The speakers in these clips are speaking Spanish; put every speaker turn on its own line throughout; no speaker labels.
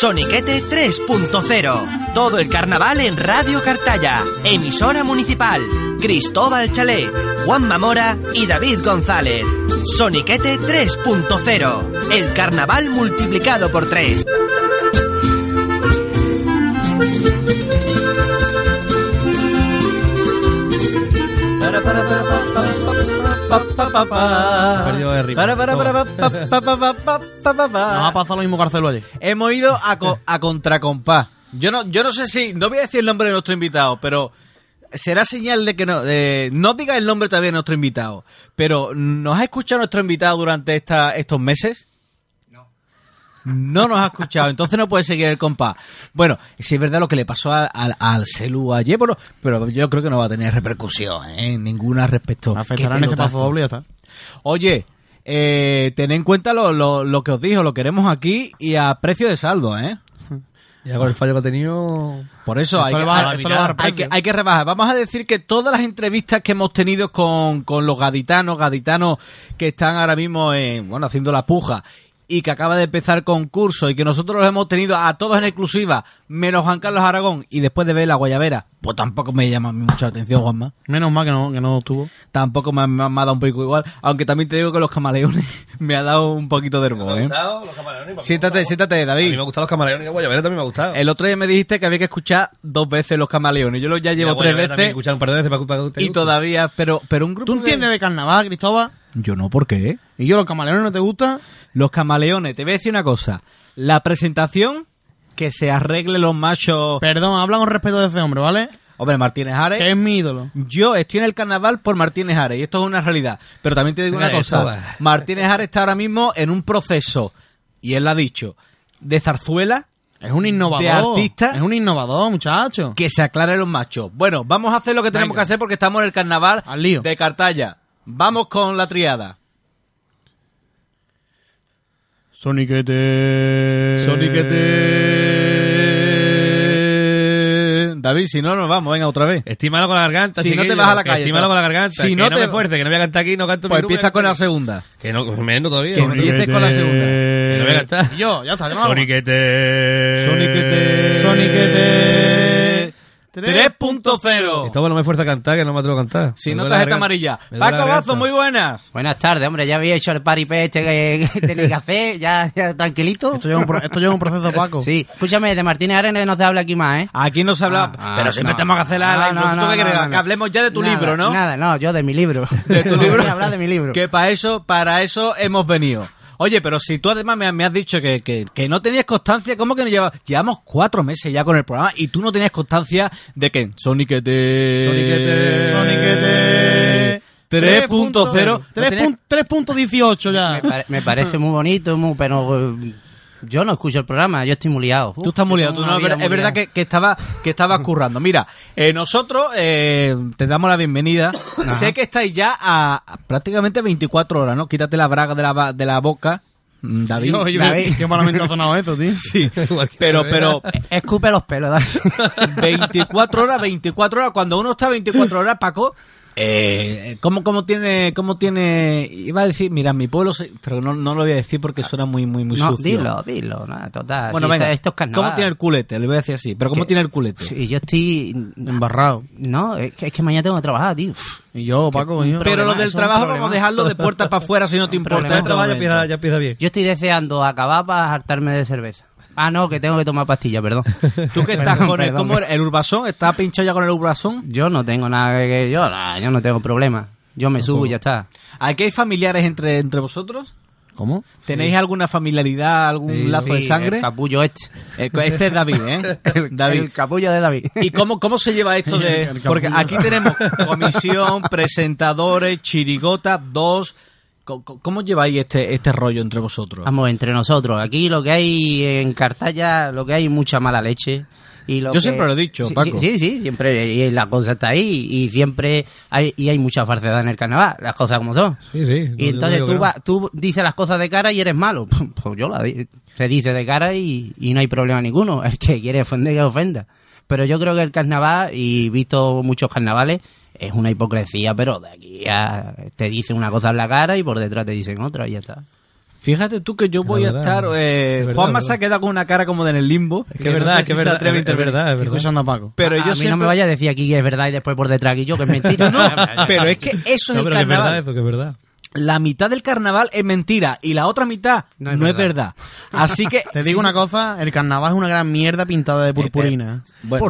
Soniquete 3.0. Todo el carnaval en Radio Cartaya. Emisora municipal. Cristóbal Chalé, Juan Mamora y David González. Soniquete 3.0. El carnaval multiplicado por 3.
Perdido de ritmo.
Para, para, para, pa, pa, pa, pa, pa, pa, pa, pa.
Nos ha pasado lo mismo que Arcelo ayer.
Hemos ido a, co- a contracompás. Yo no, yo no sé si. No voy a decir el nombre de nuestro invitado, pero. Será señal de que no. eh, no diga el nombre todavía de nuestro invitado. Pero, ¿nos ha escuchado nuestro invitado durante esta, estos meses? No nos ha escuchado, entonces no puede seguir el compás. Bueno, si es verdad lo que le pasó al, al, al Celu ayer, pero, pero yo creo que no va a tener repercusión, ¿eh? Ninguna respecto.
Afectarán
Qué
este
pelotazo.
paso doble y ya está.
Oye, eh, tened en cuenta lo, lo- lo que os dijo, lo queremos aquí y a precio de saldo, ¿eh?
Ya con el fallo que ha tenido.
Por eso hay
Esto
que,
le va- esto le va a dar
hay, que,
precio.
hay que rebajar. Vamos a decir que todas las entrevistas que hemos tenido con, con los gaditanos, gaditanos que están ahora mismo en, bueno, haciendo la puja y que acaba de empezar concurso y que nosotros los hemos tenido a todos en exclusiva, menos Juan Carlos Aragón y después de ver la guayabera, pues tampoco me llama a mí mucho la atención, Juanma.
Menos mal que no, que no tuvo.
Tampoco me, ha- me ha me ha dado un poco igual, aunque también te digo que los camaleones me ha dado un poquito de hervor, ¿eh? Siéntate, Eh, siéntate,
A mí me
David.
han gustado los camaleones y la guayabera también me ha gustado.
El otro día me dijiste que había que escuchar dos veces los camaleones. Yo los ya llevo
La
tres
guayabera también
veces
escuchar este un par de veces para para que te
y
guste.
todavía, pero, pero un grupo.
¿Tú
de-
entiendes de carnaval, Cristóbal?
Yo no, ¿por qué?
¿Y yo los camaleones no te gusta?
Los camaleones, te voy a decir una cosa. La presentación, que se arregle los machos.
Perdón, habla con respeto de ese hombre, ¿vale?
Hombre, Martínez
Que
Ares.
es mi ídolo.
Yo estoy en el carnaval por Martínez Ares y esto es una realidad. Pero también te digo una
Mira,
cosa.
esto-
Martínez Ares está ahora mismo en un proceso, y él lo ha dicho, de zarzuela
Es un innovador.
De artista.
Es un innovador, muchacho.
Que se aclare los machos. Bueno, vamos a hacer lo que tenemos
Venga.
que hacer porque estamos en el carnaval
Al lío.
de Cartaya. Vamos con la triada.
Soniquete.
David, si no, nos vamos. Venga, otra vez.
Estímalo con la garganta.
Si no te
chiquillo,
vas a la
que
calle,
Estímalo
entonces.
con la garganta.
Si
que
no
no,
te-
me fuerce, que no voy a cantar aquí, no canto
Pues
mi grupo,
empieza con
que-
la segunda.
Que no, me ando todavía.
Que
no,
empieza- Empieces con la segunda.
que no voy a cantar.
Y Yo, ya está, yo no hago.
Soniquete.
Soniquete.
Soniquete.
3.0.
Esto no me fuerza a cantar, que no me atrevo a cantar.
Si
Me
no,
duele la
tarjeta
garganta.
amarilla.
Me duele la
Paco
garganta.
Bazo, muy buenas.
Buenas tardes, hombre, ya había hecho el paripé este que, que tenía que hacer, ya, ya tranquilito.
Esto lleva, un pro- esto lleva un proceso, Paco.
Sí, escúchame, de Martínez Arenas no se habla aquí más, ¿eh?
Aquí no se habla.
Ah,
pero
ah,
siempre
no.
tenemos que hacer la, la
No, no,
introducción que,
no, no,
queremos.
no, no.
Que hablemos ya de tu
Nada,
libro, ¿no?
Nada, no, yo de mi libro.
de tu libro.
Voy a hablar de mi libro.
Que para eso, para eso hemos venido. Oye, pero si tú además me, me has dicho que, que- que no tenías constancia, ¿cómo que no llevas? Llevamos cuatro meses ya con el programa y tú no tenías constancia de que Soniquete.
Soniquete.
Soniquete.
3.0. No
3
tenías-
pun- 3.18 ya.
Me, pare- me parece muy bonito, muy, pero eh, yo no escucho el programa, yo estoy muliado.
Tú estás muy liado, tú no, es, ver- es verdad que, que estabas que estabas currando. Mira, eh, nosotros eh, te damos la bienvenida. Sé que estáis ya a, a prácticamente 24 horas, ¿no? Quítate la braga de la, ba- de la boca, mm, David.
Yo- yo-
David.
Qué malamente ha sonado esto, tío.
Sí,
Igual que
pero,
la
pero
E-, Escupe los pelos, ¿verdad?
24 horas, 24 horas. Cuando uno está 24 horas, Paco, eh, ¿cómo, cómo tiene, cómo tiene? Iba a decir, mira, mi pueblo, se- pero no, no lo voy a decir porque suena muy, muy, muy
No,
sucio.
dilo, dilo, nada, total.
Bueno,
Sí,
venga.
esto- Esto es carnaval.
¿Cómo tiene el culete? Le voy a decir así. Pero ¿cómo
¿Qué?
tiene el culete?
Sí, yo estoy...
Embarrado.
No, es que, es que mañana tengo que trabajar, tío. Uf,
Y yo, Paco,
Pero
coño.
lo
problema,
del
es un
trabajo
problema.
vamos a dejarlo de puertas para afuera si no te importa.
problema.
en este
Trabajo ya
momento.
empieza, ya empieza bien.
Yo estoy deseando acabar para hartarme de cerveza. Ah, no, que tengo que tomar pastillas, perdón.
Tú que estás
Perdón,
con el,
perdón.
¿cómo era? el urbasón, ¿estás pinchado ya con el urbasón?
Yo no tengo nada que... que- yo, nah, yo no tengo problema. Yo me subo y ya está.
¿Aquí hay familiares entre, entre vosotros?
¿Cómo?
¿Tenéis alguna familiaridad, algún lazo de
Sí,
sangre?
El capullo este.
Eh, Este es David, ¿eh? David.
El capullo de David.
¿Y cómo, cómo se lleva esto
El
de...?
capullo.
Porque aquí tenemos comisión, presentadores, chirigota, dos... Co- co- ¿Cómo lleváis este, este rollo entre vosotros?
Vamos, entre nosotros. Aquí lo que hay en Cartaya, lo que hay mucha mala leche. Y lo
Yo
que-
siempre lo he dicho,
sí,
Paco.
Sí, sí, siempre y la cosa está ahí y siempre hay, y hay mucha falsedad en el carnaval, las cosas como son.
Sí, sí.
Y entonces tú, vas- tú dices las cosas de cara y eres malo. Pues yo la di- se dice de cara y, y no hay problema ninguno. El que quiere ofender, que ofenda. Pero yo creo que el carnaval, y visto muchos carnavales, es una hipocresía, pero de aquí a... te dicen una cosa en la cara y por detrás te dicen otra y ya está.
Fíjate tú que yo voy a
verdad,
estar. Eh,
es verdad,
Juanma
es
se ha
verdad.
quedado con una cara como de en el limbo.
Es que es verdad,
no sé
es
si
que es
se
verdad,
atreve a
es
intervenir.
verdad, es verdad.
Escuchando a Paco.
Pero
a
yo
mí
siempre.
no me vaya a decir aquí que es verdad y después por detrás que yo, que es mentira.
No, pero es que eso es
No,
el
pero que es
carnaval.
verdad eso, que es verdad.
La mitad del carnaval es mentira y la otra mitad no
No
es,
es
verdad. Así que.
Te digo una cosa, el carnaval es una gran mierda pintada
Este-
de purpurina. ¿eh?
Bueno.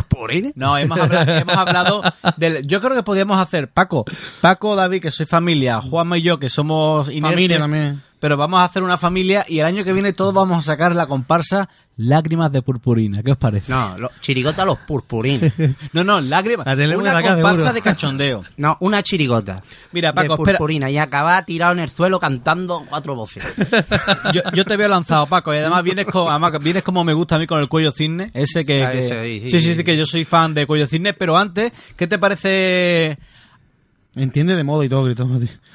No, hemos hablado, hemos hablado del. Yo creo que podíamos hacer, Paco, Paco, David, que soy familia, Juanma y yo, que somos inertes,
Familia también.
Pero vamos a hacer una familia y el año que viene todos vamos a sacar la comparsa Lágrimas de Purpurina. ¿Qué os parece?
No, lo- chirigota los purpurines.
no, no, lágrimas.
La tenemos
Una
en la casa,
comparsa
seguro.
de cachondeo.
No, una chirigota.
Mira, Paco,
de
espera.
purpurina y acaba tirado en el suelo cantando cuatro voces.
Yo, yo te veo lanzado, Paco, y además vienes, con, además vienes como me gusta a mí con el cuello cisne. Ese que.
Ah,
que-
ese, sí, sí,
sí, sí,
sí.
sí, que yo soy fan de cuello cisne, pero antes, ¿qué te parece
Entiende de moda y todo, grito.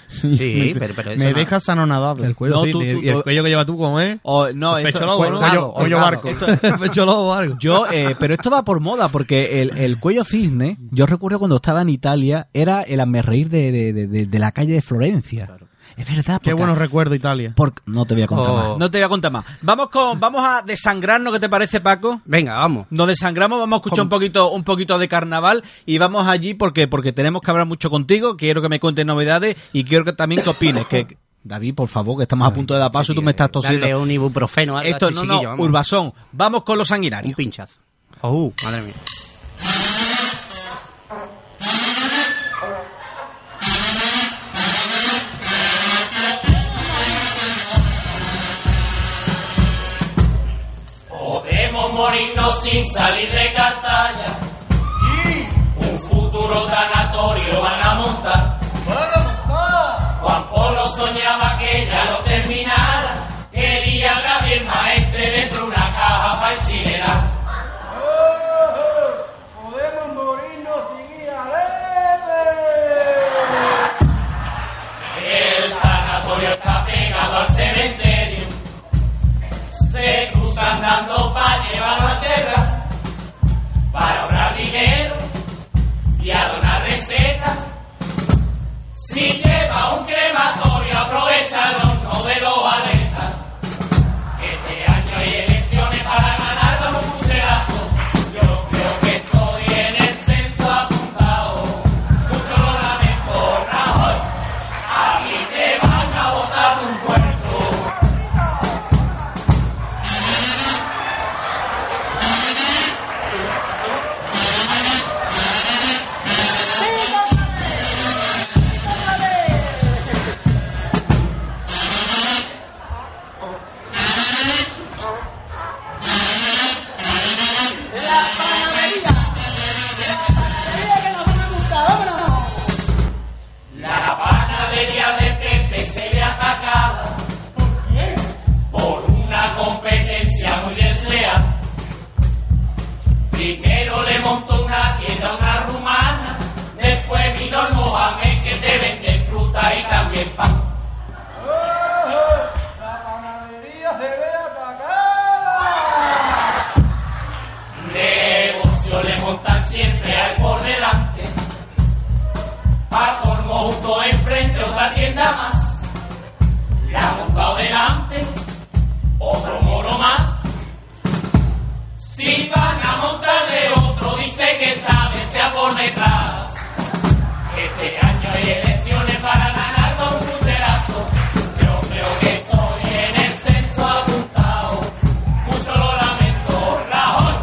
Sí, pero- pero eso
Me
no-
dejas anonadable.
El cuello
No,
cisne
tú- tú-
y el
tú-
cuello que lleva tú, ¿cómo es?
O, no,
El
esto-
pecho lobo, ¿no?
Cuello- cuello barco.
Esto-
Pecho lobo o algo.
yo, eh, pero esto va por moda, porque el, el cuello cisne, yo recuerdo cuando estaba en Italia, era el amerreír de, de, de- de- de la calle de Florencia. Es verdad,
Qué
porque-
buenos recuerdos Italia.
porque- no te voy a contar
Oh.
más. No te voy a contar más. Vamos con, vamos a desangrarnos, ¿qué te parece, Paco?
Venga, vamos.
Nos desangramos, vamos a escuchar un poquito, un poquito de carnaval y vamos allí porque, porque tenemos que hablar mucho contigo, quiero que me cuentes novedades y quiero que también que opines. Que, David, por favor, que estamos a punto de dar paso y tú me estás tosiendo.
Dale un ibuprofeno. algo a
Esto
este
no, no,
chiquillo, vamos.
Urbasón. Vamos con los
Un
sanguinarios.
pinchazo. madre mía.
Podemos morirnos sin salir de Cartaya. Un futuro tanatorio van a montar. Juan Polo soñaba que ya lo terminara. Quería la el maestre dentro de una caja para incinerar. El tanatorio está pegado al cementerio. Se cruzan dando para llevarlo a tierra, para ahorrar dinero y a donar recetas. Si lleva un crematorio, aprovechalo, no de los aletas. Este año hay elecciones para ganar con un pucherazo. Yo creo que estoy en el censo apuntado. Mucho lo lamento, Rajoy. A mí te van a votar un puerto. La panadería de Pepe se ve atacada por una competencia muy desleal. Primero le montó una tienda a una rumana, después vino el Mohamed que te vende fruta y también pan. Negocio le montan siempre al por delante. Patormo justo enfrente, otra tienda más. La ha montado delante, otro moro más. Si van a montarle otro, dice que esta vez sea por detrás. Este año hay elecciones para ganar con un pucherazo. Yo creo que estoy en el censo apuntado. Mucho lo lamento, Rajoy.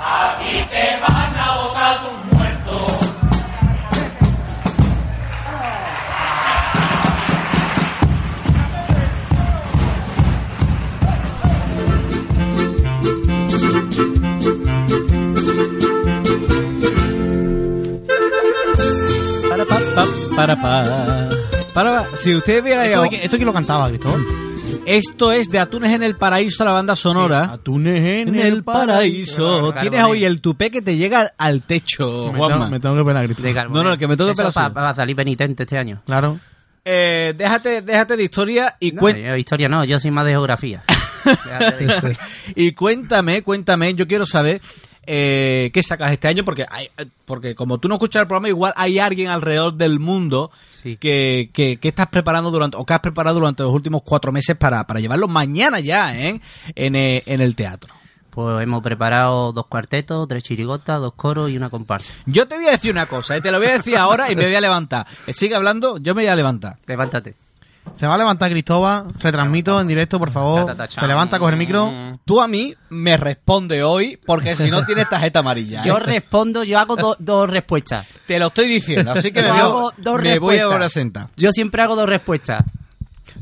A ti te van a votar tus muertos.
Para, pa, pa, para, pa. Para, pa. si ustedes
¿Esto,
vieran
de qui- esto quién lo cantaba, Cristóbal?
esto es de Atunes en el Paraíso, la banda
¿Ah?
sonora.
Atunes
en el Paraíso.
Claro,
Tienes
con
hoy
él.
el tupé que te llega al techo,
Me
Juanma.
tengo, me tengo que pelar,
De
Cristóbal.
Carbonell.
No, no, que me toque
Eso
pelo
para
azul.
salir penitente este año.
Claro.
Eh, déjate, déjate de historia y,
No,
Pues-
cuen-
yo historia no, yo soy más de geografía. Déjate de historia.
y cuéntame, cuéntame, yo quiero saber eh, qué sacas este año, porque hay, porque como tú no escuchas el programa, igual hay alguien alrededor del mundo
Sí.
que, que- que estás preparando durante, o que has preparado durante los últimos cuatro meses para, para llevarlo mañana ya, ¿eh? En, eh, en el teatro.
Pues hemos preparado dos cuartetos, tres chirigotas, dos coros y una comparsa.
Yo te voy a decir una cosa, y te lo voy a decir ahora y me voy a levantar. Eh, Sigue hablando, yo me voy a levantar.
Levántate.
Se va a levantar Cristóbal, retransmito en directo, por favor. Se levanta, coge el micro.
Tú a mí me responde hoy porque si no tienes tarjeta amarilla. ¿eh?
Yo respondo, yo hago do- dos respuestas.
te lo estoy diciendo, así que me,
Yo
voy a-
hago dos
me voy a
respuestas.
volver a sentar.
Yo siempre hago dos respuestas.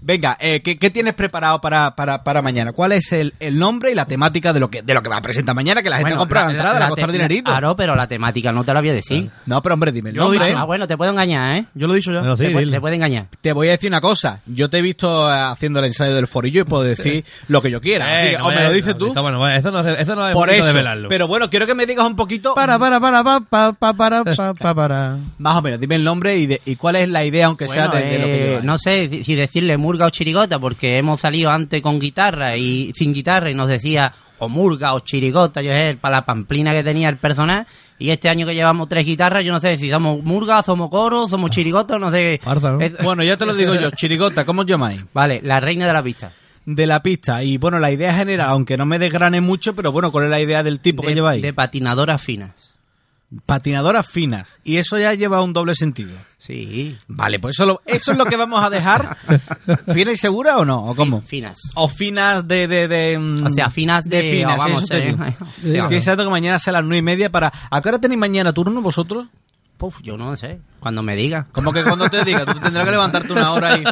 Venga, eh, ¿qué, qué tienes preparado para, para, para mañana? ¿Cuál es el, el nombre y la temática de lo que de lo que va a presentar mañana? Que la gente
Bueno,
compra la, entrada, le va a
la
costar
te-
dinerito.
Claro, pero la temática no te la voy a decir.
No, pero hombre, dime el nombre. ¿eh?
Ah, bueno, te puedo engañar, ¿eh?
Yo lo he dicho ya.
Bueno, sí,
te, puede,
dile.
te puede engañar.
Te voy a decir una cosa. Yo te he visto eh, haciendo el ensayo del forillo y puedo decir lo que yo quiera. Así
Eh,
que,
no
o me
vaya-
lo dices
no,
tú.
Está bueno, vaya, eso no, eso no es
Por
momento
eso.
de velarlo.
Pero bueno, quiero que me digas un poquito.
Para, para, para, pa, pa, pa, para, pa, pa, para.
Más o menos, dime el nombre y, de- y cuál es la idea, aunque sea
Bueno,
de, de lo que
eh,
llevas.
no sé si- si decirle murga o chirigota, porque hemos salido antes con guitarra y sin guitarra y nos decía o murga o chirigota, yo sé, para la pamplina que tenía el personal. Y este año que llevamos tres guitarras, yo no sé si somos murga, somos coro, somos chirigota, no sé.
Arza, ¿no?
Es-
Bueno, ya te lo digo yo, Chirigota, ¿cómo os llamáis?
Vale, la reina de la pista.
De la pista. Y bueno, la idea general, aunque no me desgrane mucho, pero bueno, ¿cuál es la idea del tipo
de,
que lleváis?
de patinadoras finas.
Patinadoras finas. Y eso ya lleva un doble sentido.
Sí.
Vale, pues eso, lo- eso es lo que vamos a dejar. ¿Fina y segura o no? ¿O cómo?
Finas.
O finas de... de, de, mm,
O sea, finas de-
finas,
vamos,
eso te
eh.
digo.
O sea,
Tienes tanto que mañana sea a las nueve y media para... ¿A qué hora tenéis mañana turno vosotros?
Puf, yo no sé. Cuando me diga.
Como que cuando te diga, tú tendrás que levantarte una hora y...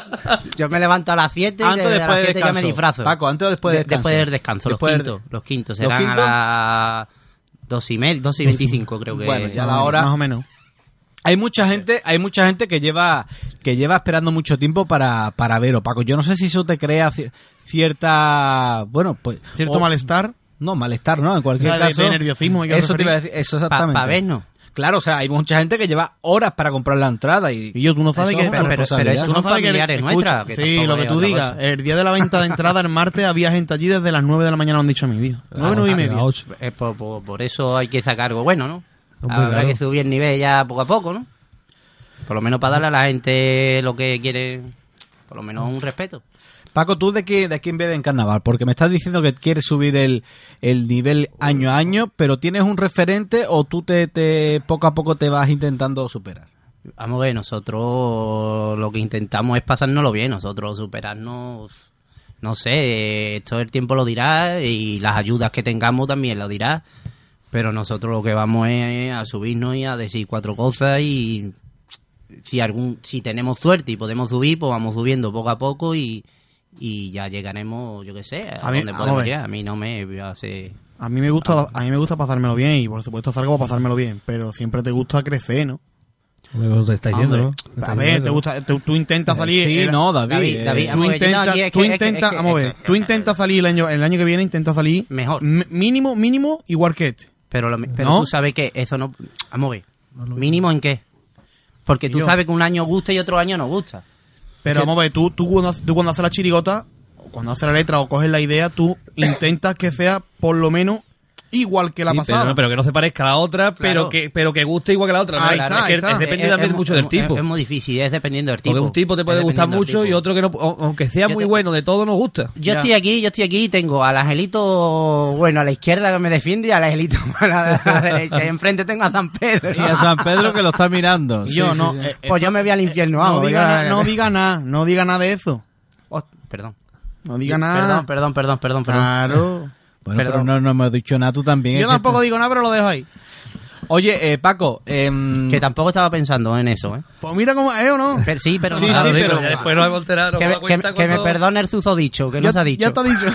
Yo me levanto a las 7 y
Antes o
de- de
después
las
del
7 ya me
descanso.
disfrazo.
Paco, antes o después del
De- Después
descanso.
del descanso,
Después del-
los quintos. Los quintos
¿Los
serán
quintos?
a las 2 y media, 2 y 25 creo que.
Bueno, ya
más
la
o menos.
hora.
Más o menos.
Hay mucha gente, hay mucha gente que lleva, que lleva esperando mucho tiempo para, para ver Paco. Yo no sé si eso te crea ci- cierta, bueno, pues
Cierto
o-
malestar.
no malestar, no, en cualquier
Ya de-
caso
de nerviosismo, hay que
Eso te
referir.
iba a decir, eso
Pa-
exactamente.
pa' vernos.
Claro, o sea, hay mucha gente que lleva horas para comprar la entrada y,
Y yo, tú no sabes
eso
que.
es una
pero- pero
responsabilidad.
eso
tú
son
no sabes que-
familiares
escucha,
nuestras, que
Sí,
tampoco
lo que
es
tú
otra
digas.
cosa.
El día de la venta de entrada, el martes, había gente allí desde las 9 de la mañana, me han dicho a mi día. 9, 9 y media.
Eh, por, por- por eso hay que sacar algo bueno, ¿no?
Hombre,
Habrá
claro.
que subir el nivel ya poco a poco, ¿no? Por lo menos para darle a la gente lo que quiere, por lo menos un respeto.
Paco, ¿tú de, qué, de quién bebe en carnaval? Porque me estás diciendo que quieres subir el, el nivel año a año, pero ¿tienes un referente o tú te, te poco a poco te vas intentando superar?
Vamos a ver, nosotros lo que intentamos es pasárnoslo bien, nosotros superarnos, no sé, todo el tiempo lo dirá y las ayudas que tengamos también lo dirá, pero nosotros lo que vamos es a subirnos y a decir cuatro cosas y si algún si tenemos suerte y podemos subir, pues vamos subiendo poco a poco y, y ya llegaremos, yo qué sé, a,
A mí-
donde
vamos a
podemos
ver.
llegar. A mí no me hace...
A mí me gusta, a mí me gusta pasármelo bien y por supuesto salgo para pasármelo bien, pero siempre te gusta crecer, ¿no?
Bueno, te está diciendo, ¿no?
Hombre,
Te está
A ver,
diciendo.
te gusta, tú, tú intentas
Eh,
salir.
sí,
el-
no, David.
David,
eh,
David,
Tú
Vamos a ver, yo no,
intentas,
aquí es
tú
que- es que-
intentas,
es que-
vamos a ver, tú intentas salir el año, el año que viene, intentas salir
Mejor.
m- mínimo, mínimo igual que este.
Pero, lo- pero
¿No?
tú sabes que eso no... Vamos a ver. ¿Mínimo en qué? Porque tú
Yo.
sabes que un año gusta y otro año no gusta.
Pero vamos a ver, tú, tú, cuando, tú cuando haces la chirigota, o cuando haces la letra o coges la idea, tú intentas que sea por lo menos igual que la
Sí,
pasada.
Pero, pero que no se parezca a la otra, pero,
Claro.
que, pero que guste igual que la otra. ¿no?
Ahí
Es
está,
que
ahí está.
es- depende
Es-
también
es-
mucho
es-
del tipo.
Es, es muy difícil, es dependiendo del tipo.
Porque un tipo te puede
Es
gustar
dependiendo
mucho y
del tipo.
otro que no, o- aunque sea
Yo
muy
te-
bueno, de todo nos gusta.
Yo estoy aquí, yo estoy aquí y tengo al angelito, bueno, a la izquierda que me defiende y al angelito a la, a la derecha. Y enfrente tengo a San Pedro.
Y a San Pedro que lo está mirando.
Y yo
Sí,
no.
sí, sí.
eh,
Pues yo me voy al infierno, vamos.
no
yo-
diga, na- no diga nada, no diga nada de eso.
Oh, perdón.
No diga nada.
Perdón, perdón, perdón, perdón. perdón.
Claro.
Bueno, pero
Perdón.
no, no me has dicho nada tú también.
Yo
es que
tampoco digo nada, pero lo dejo ahí.
tú- Oye, eh, Paco, em,
Que tampoco estaba pensando en eso, ¿eh?
Pues mira cómo es o no.
Pero- sí, pero...
Sí,
no-
sí,
Claro,
pero-
ya después nos hemos enterado, nos
que,
hemos
me,
dado
que
cuenta
me- que me
cuando-
perdone el susodicho, que no
Ya-
se ha dicho.
Ya está dicho.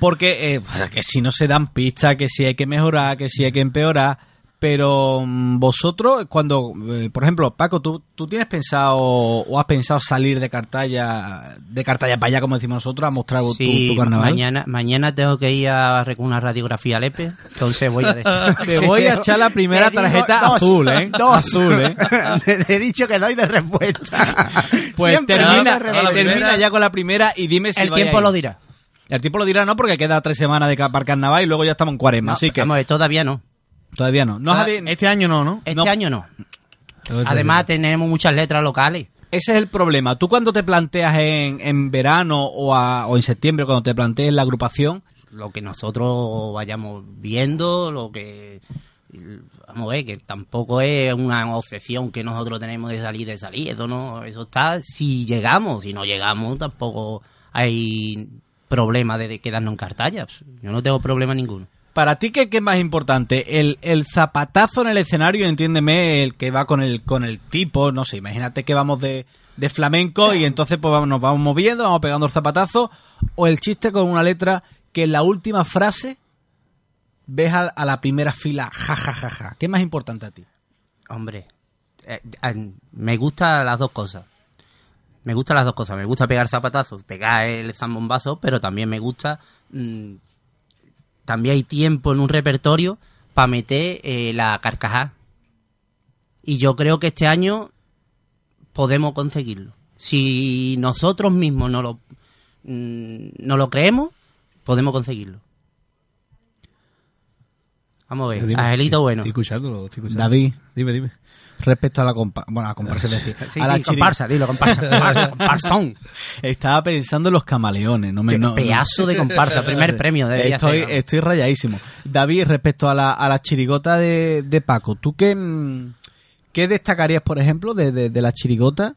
porque eh, bueno, que si no se dan pistas, que si hay que mejorar, que si hay que empeorar, pero mm, vosotros cuando, eh, por ejemplo, Paco, ¿tú, tú tienes pensado o has pensado salir de Cartaya, de Cartaya para allá, como decimos nosotros, a mostrar tu-
Sí,
tu, carnaval?
Mañana, mañana tengo que ir a rec- una radiografía a Lepe, E, entonces voy a decir.
Te voy a echar la primera
Te digo
tarjeta
dos,
azul, ¿eh?
Dos.
Azul, ¿eh?
Le he dicho que no hay de respuesta.
Pues
Siempre
termina, eh,
doy de
a la
respuesta.
termina
primera.
ya con la primera y dime si
El
vais
tiempo
a ir.
lo dirá.
El tiempo lo dirá no porque queda tres semanas de ca- para carnaval y luego ya estamos en cuaresma,
No, Ah,
así que
vamos, eh, todavía no.
todavía no. No, Javi,
Este año no, ¿no?
Este
No.
año no. Además, tenemos muchas letras locales.
ese es el problema. Tú cuando te planteas en, en verano o, a- o en septiembre, cuando te plantees la agrupación,
Lo que nosotros vayamos viendo, lo que. Vamos a ver, que tampoco es una obsesión que nosotros tenemos de salir, de salir. Eso no, eso está. Si llegamos, si no llegamos, tampoco hay problema de de quedarnos en Cartaya. Yo no tengo problema ninguno.
para ti, ¿qué, qué es más importante? El, el zapatazo en el escenario, entiéndeme, el que va con el, con el tipo, no sé, imagínate que vamos de, de flamenco y entonces pues vamos- nos vamos moviendo, vamos pegando el zapatazo, o el chiste con una letra que en la última frase ves a, a la primera fila, ja, ja, ja, ja. ¿Qué es más importante a ti?
Hombre, eh, eh, me gustan las dos cosas. Me gustan las dos cosas. Me gusta pegar zapatazos, pegar el zambombazo, pero también me gusta. mm, también hay tiempo en un repertorio para meter eh, la carcajá. Y yo creo que este año podemos conseguirlo. Si nosotros mismos no lo, mm, no lo creemos, podemos conseguirlo. Vamos a ver, Angelito Bueno.
Estoy escuchándolo, estoy escuchando.
David,
Dime, dime.
respecto a la compa bueno, a la comparsa, es decir,
Sí,
a la
sí, comparsa, dilo, comparsa, comparsa, comparsón.
chiri- Estaba pensando en los camaleones, no me
Qué
no- no-
pedazo de comparsa, primer premio este debería
estoy,
ser.
estoy rayadísimo. David, respecto a la, a la chirigota de, de Paco, ¿tú qué, mm, qué destacarías, por ejemplo, de, de- de la chirigota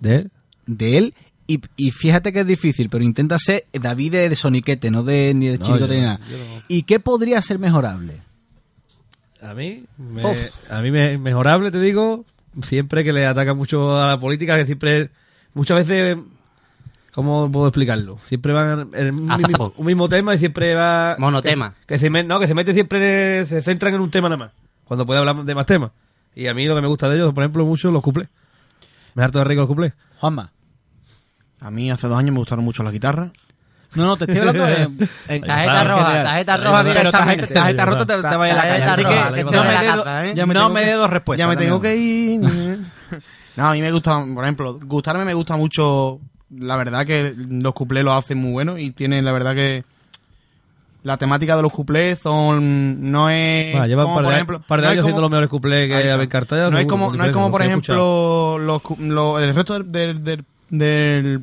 ¿De él?
de él? Y, y fíjate que es difícil, pero intenta ser David de, de soniquete, no de ni de
No,
chirigota ni
yo no,
nada. ¿Y qué podría ser mejorable?
A mí, me- a mí me, mejorable, te digo, siempre que le ataca mucho a la política, que siempre, muchas veces, ¿cómo puedo explicarlo? Siempre van en un,
A
mismo-
zapo.
un mismo tema y siempre va...
Monotema.
Que, que se me- no, que se mete siempre, se centran en un tema nada más, cuando puede hablar de más temas. Y a mí lo que me gusta de ellos, por ejemplo, mucho los cuplés. Me harto de rico los cuplés.
Juanma.
A mí hace dos años me gustaron mucho las guitarras.
No, no, te estoy hablando de... en-
Tarjeta
en
roja,
general.
tarjeta
Pero
roja
tarjeta,
directamente.
tarjeta rota te, te vaya a la calle.
Tarjeta
Así
roja,
que
te
no
vaya
me
a la
dedo-
caza, ¿eh?
Ya me
no
tengo
me
que-
dé dos respuestas.
ya me
también.
tengo que ir. Pues no, a mí me gusta, por ejemplo, gustarme me gusta mucho. La verdad que los cuplés los hacen muy buenos y tienen, la verdad que. La temática de los cuplés son. No es.
Bueno, llevan
Eh, como,
par de,
por
a-
ejemplo,
par de
no es
años
como-
haciendo los mejores cuplés que
Ahí está.
hay en Cartaya.
No es
seguro,
como,
los
no es
cuplés,
como por
los que he escuchado.
ejemplo, los, cu- los- el resto del, del, del, del-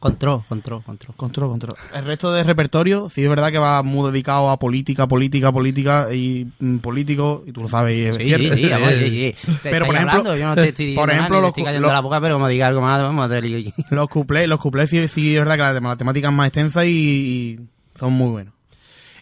Control, control, control.
Control, control. El resto del repertorio, sí es verdad que va muy dedicado a política, política, política y mm, político, y tú lo sabes, y es
Sí,
cierto.
sí, sí, vamos, sí, sí. Te
Pero,
estoy
por ejemplo-
hablando, yo no te estoy diciendo
por
nada,
ejemplo,
ni te
los
estoy
cu-
cayendo
los-
la boca, pero como diga algo más, vamos a hacer-
Los cuplés, los cuplés sí, sí es verdad que la, tema- la temática es más extensa y, y son muy buenos.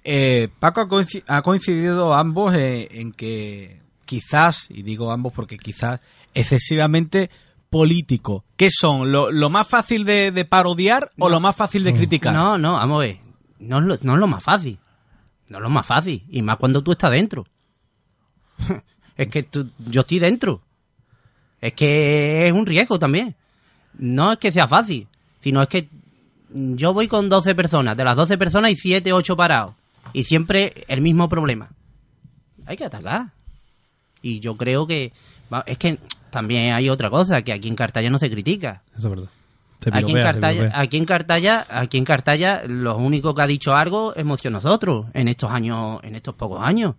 Eh, Paco ha coinci- ha coincidido ambos eh, en que quizás, y digo ambos porque quizás excesivamente político. ¿Qué son? ¿Lo, lo más fácil de, de parodiar o lo más fácil de criticar?
No, no, vamos a ver. No es, lo, no es lo más fácil. No es lo más fácil. Y más cuando tú estás dentro. es que tú- yo estoy dentro. Es que es un riesgo también. No es que sea fácil, sino es que yo voy con 12 personas. De las 12 personas hay 7, 8 parados. Y siempre el mismo problema. Hay que atacar. Y yo creo que... va- Es que también hay otra cosa, que aquí en Cartagena no se critica
Eso es verdad. Se
aquí, en
piropea, se
Cartaya,
piropea.
aquí en Cartaya, aquí en Cartaya, lo único que ha dicho algo hemos sido nosotros en estos años, en estos pocos años.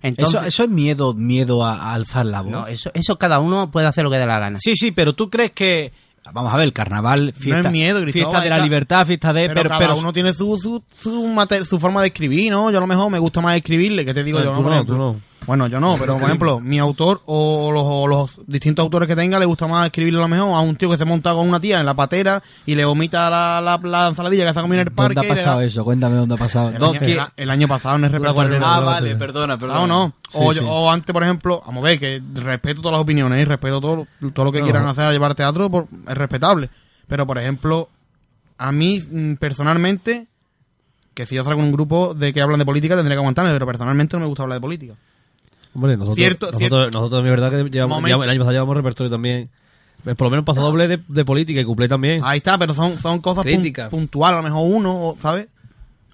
Entonces,
Eso, eso es miedo, miedo a, a alzar la voz.
no, eso, eso cada uno puede hacer lo que dé la gana.
Sí, sí, pero tú crees que... Vamos a ver, el carnaval, fiesta,
es miedo, Cristóbal,
fiesta de la
está-
libertad, fiesta
Eh,
de...
Pero, cada uno tiene su, su, su, mate- su forma de escribir, ¿no? Yo a lo mejor me gusta más escribirle, que te digo
No,
yo, ¿no?
tú
Por
no,
ejemplo.
tú no.
Bueno, yo no, pero por ejemplo, mi autor o los, o los distintos autores que tenga le gusta más escribirle a lo mejor a un tío que se monta con una tía en la patera y le vomita la, la, la ensaladilla que se ha comido en el parque.
¿Dónde ha
y le da-
pasado eso? Cuéntame dónde ha pasado.
El,
¿Dónde-
año, el a- el año pasado en el repertorio.
guardera.
Ah,
Ah,
no,
vale,
no.
perdona, perdona.
¿verdad o no? O,
Sí,
yo-
sí.
o antes, por ejemplo, vamos a ver, que respeto todas las opiniones y respeto todo, todo lo que quieran hacer a llevar teatro, por- es respetable. Pero, por ejemplo, a mí mm, personalmente, que si yo salgo con un grupo de que hablan de política, tendría que aguantarme, pero personalmente no me gusta hablar de política.
Hombre, nosotros,
Cierto,
nosotros,
cierto.
nosotros, mi verdad, que llevamos,
Momento.
llevamos- el año pasado llevamos repertorio también. Eh, Por lo menos paso doble de, de política y cuplé también.
Ahí está, pero son, son cosas pun-
Crítica.
puntuales, a lo mejor uno, o- ¿sabes?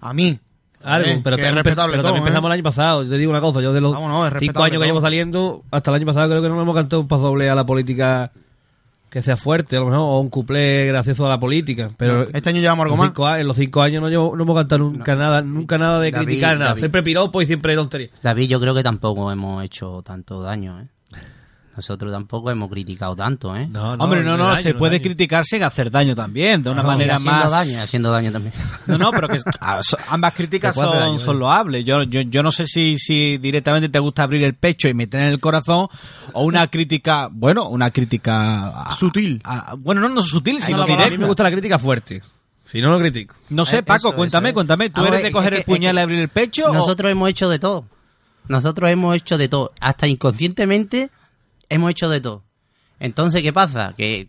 A mí.
Algo,
Eh,
pero,
que
también,
es respetable
pero
todo,
también
¿eh?
empezamos el año pasado. Yo te digo una cosa, yo de los
Vámonos, es
cinco
respetable
años que llevo
todo.
saliendo, hasta el año pasado creo que no hemos cantado un paso doble a la política que sea fuerte, a lo mejor, o un cuplé gracioso a la política. Pero
Este año llevamos algo
en,
más.
cinco, a- en los cinco años no, llevo- no hemos cantado nunca nada, nunca nada de
David,
criticar nada.
David.
Siempre piropo y siempre tontería.
David, yo creo que tampoco hemos hecho tanto daño, ¿eh? Nosotros tampoco hemos criticado tanto, ¿eh?
Hombre, no, no,
daño,
se puede
daño.
criticar sin hacer daño también, de una
No,
manera
haciendo
más...
daño, haciendo daño también.
No, no, pero que a- so- ambas críticas
¿De cuál
son,
te daño, eh?
son loables. Yo, yo, yo no sé si, si directamente te gusta abrir el pecho y meter en el corazón o una crítica, bueno, una crítica... a-
Sutil.
a- bueno, no, no sutil,
Ah,
no,
sino
la
A mí me
directa.
gusta la crítica fuerte. Si no, no critico.
No sé,
Eh,
Paco,
eso,
cuéntame,
eso, eh.
cuéntame. ¿Tú
Ah,
eres
es
de
que-
coger
es
el
que-
puñal y abrir el pecho o-
Nosotros hemos hecho de todo. Nosotros hemos hecho de todo. Hasta inconscientemente hemos hecho de todo. Entonces, ¿qué pasa? Que,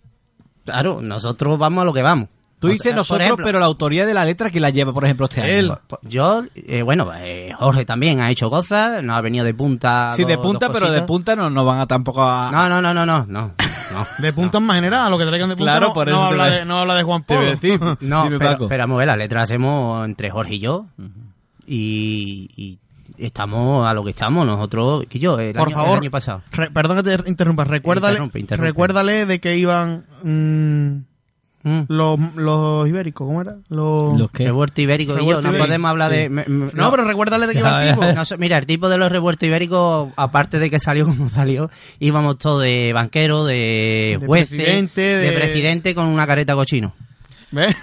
claro, nosotros vamos a lo que vamos.
Tú
O
dices
sea, por
nosotros,
ejemplo,
pero la autoría de la letra que la lleva, por ejemplo, este año.
Él.
po- Yo, eh, bueno, eh, Jorge también ha hecho cosas, nos ha venido de punta.
Sí, de
dos-
punta,
dos
pero de
cositas.
punta no, no van a tampoco a...
No, no, no, no, no, no. no.
De punta en más general, a lo que traigan de punta.
Claro,
no,
por
no
eso te
habla
voy a-
de, no habla de Juan
Te voy a
Pablo.
decir.
No,
Dime,
pero,
Paco.
pero vamos a ver, las letras hacemos entre Jorge y yo. Y, y estamos a lo que estamos nosotros. Que yo, el,
Por
año, el
favor.
año pasado.
Re- perdón que te interrumpa. Recuérdale,
Interrumpe, interrumpe.
recuérdale de que iban mm,
Mm.
los, los ibéricos, ¿cómo era? Los...
Los que-
Revuelto ibérico y
Revuelto
yo, no
ibérico,
podemos hablar
sí.
de... me- me-
No, pero recuérdale de que iba
Ya,
el tipo.
ya,
no sé, mira, el tipo de los revueltos ibéricos, aparte de que salió como salió, íbamos todos de banquero, de
De
jueces,
presidente, de-
presidente con una careta cochino.
¿Ves?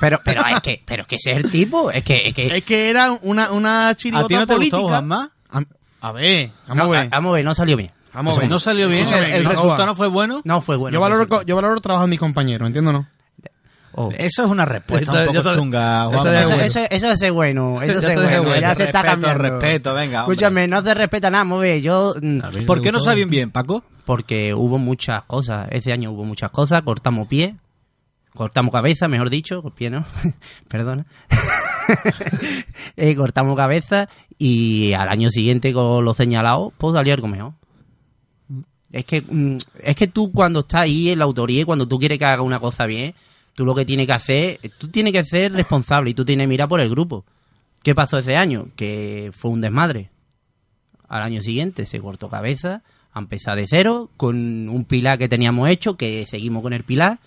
Pero, pero es que, pero es que ese es el tipo, es que, es que,
es que era una, una chirigota
¿A ti no te
política.
gustó, Juanma? ah,
a, a ver, vamos
no,
a ver.
vamos a ver, no salió bien.
Vamos a ver.
Pues No salió bien, el,
Escúchame,
el
no,
resultado
Juan.
no fue bueno. pues,
No fue bueno.
yo, valoro, co- yo valoro el trabajo de mis compañeros, ¿entiendes o no?
Oh.
Eso es una respuesta
Esta-
un poco
yo te-
chunga,
esta
Juanma.
de-
Eso,
bueno.
eso, eso es ser bueno, eso
Ya
es
te
ser
dejé
bueno,
bueno.
ya se está
Respeto,
cambiando.
respeto, venga, hombre.
Escúchame, no te respeta nada, move, yo... mm,
A mí
¿Por
me
qué no
gustó.
saben bien, Paco?
porque hubo muchas cosas. Este año hubo muchas cosas. Cortamos pie, cortamos cabeza, mejor dicho, Pues pie no, perdona. Eh, cortamos cabeza y al año siguiente con lo señalado, pues salió algo mejor. Es que, mm, es que tú cuando estás ahí en la autoría y cuando tú quieres que haga una cosa bien, tú lo que tienes que hacer, tú tienes que ser responsable y tú tienes que mirar por el grupo. ¿Qué pasó ese año? Que fue un desmadre al año siguiente se cortó cabeza, a empezar de cero, con un pilar que teníamos hecho, que seguimos con el pilar,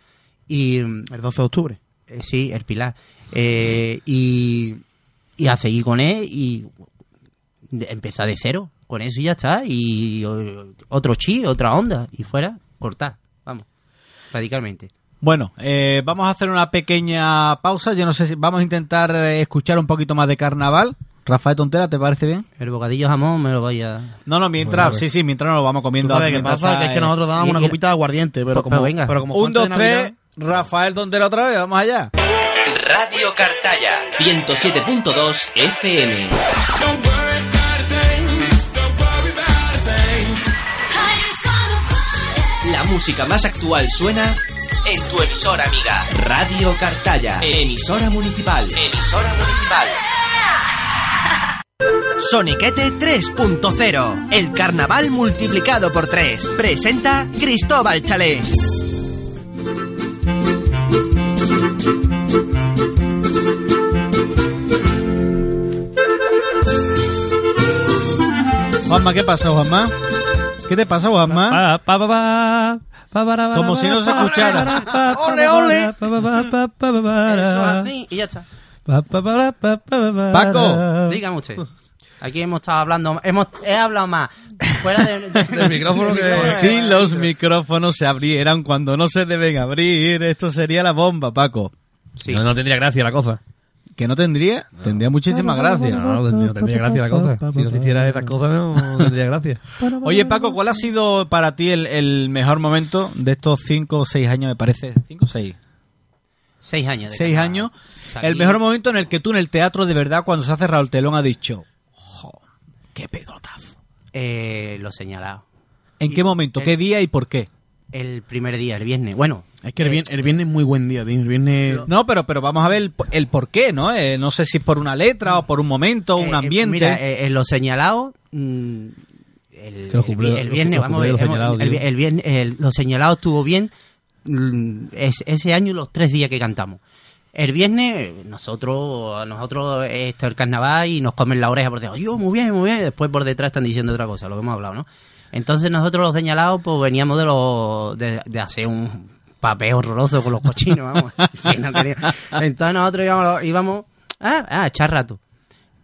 y mm,
El 12 de octubre.
eh, sí, el pilar, Eh, y, y a seguir con él, y de- empezar de cero, con eso y ya está, y o- otro chi, otra onda, y fuera, cortar, vamos, radicalmente.
Bueno, eh, vamos a hacer una pequeña pausa. Yo no sé si vamos a intentar eh, escuchar un poquito más de carnaval. Rafael Tontera, ¿te parece bien?
El bocadillo jamón me lo voy a...
No, no, mientras, sí, sí, mientras nos lo vamos
¿Tú
comiendo.
sabes qué
mientras
pasa?
está,
Que es que
eh,
nosotros dábamos
y-
una
y-
copita de aguardiente, pero
Pues,
como,
pero venga.
pero como
Un,
fue
dos,
antes de
tres,
Navidad-
Rafael Tontera otra vez, vamos allá.
Radio Cartaya 107.2 FM. La música más actual suena en tu emisora amiga. Radio Cartaya, emisora municipal, emisora municipal. Soniquete 3.0, el carnaval multiplicado por 3. Presenta Cristóbal Chalet.
Juanma, ¿qué pasa, Juanma? ¿Qué te pasa, Juanma?
Pa, pa, pa, pa, pa, para, para,
Como si no se
para,
escuchara.
para, para, para,
Ole, ole.
para, para, para, para, para.
Eso
Ah.
así, y ya está.
Pa, pa, para, pa, pa, para. Ah.
Paco,
Dígame usted. Aquí hemos estado hablando, hemos, he hablado más fuera de-
Del micrófono que-
micrófono.
Si los micrófonos se abrieran cuando no se deben abrir, esto sería la bomba, Paco.
Sí.
No, no tendría gracia la cosa.
Que no tendría, tendría muchísimas gracias.
No, no, no tendría gracia la cosa. Si no se hiciera estas cosas, no tendría gracia.
Oye, Paco, ¿cuál ha sido para ti el, el mejor momento de estos 5 o 6 años, me parece? 5 o 6.
Seis años. de
6
carrera.
años.
Aquí-
El mejor momento en el que tú en el teatro, de verdad, cuando se ha cerrado el telón, ha dicho, "Jo, qué pelotazo.
Eh, lo señalado.
¿En qué momento, qué día y por qué?
El primer día, el viernes. Bueno,
Es que el viernes, el viernes es muy buen día, tío. El viernes...
No, pero, pero vamos a ver el, po- el por qué, ¿no? Eh, no sé si es por una letra o por un momento,
eh,
un
eh,
ambiente.
mira, eh, eh, lo señalado. mm, el,
Que los cumple-
el- el
los-
viernes,
los
vamos a
cumple
ver.
los
hemos-
señalados,
el,
digo.
el viernes, el- lo señalado estuvo bien. mm, es- ese año, los tres días que cantamos. El viernes, nosotros, a nosotros, eh, está el carnaval y nos comen la oreja por detrás. Yo, muy bien, muy bien. Después por detrás están diciendo otra cosa, lo que hemos hablado, ¿no? Entonces nosotros los señalados pues veníamos de los de, de hacer un papel horroroso con los cochinos, vamos. Y no queríamos. Entonces nosotros íbamos, íbamos ah, ah, a echar rato.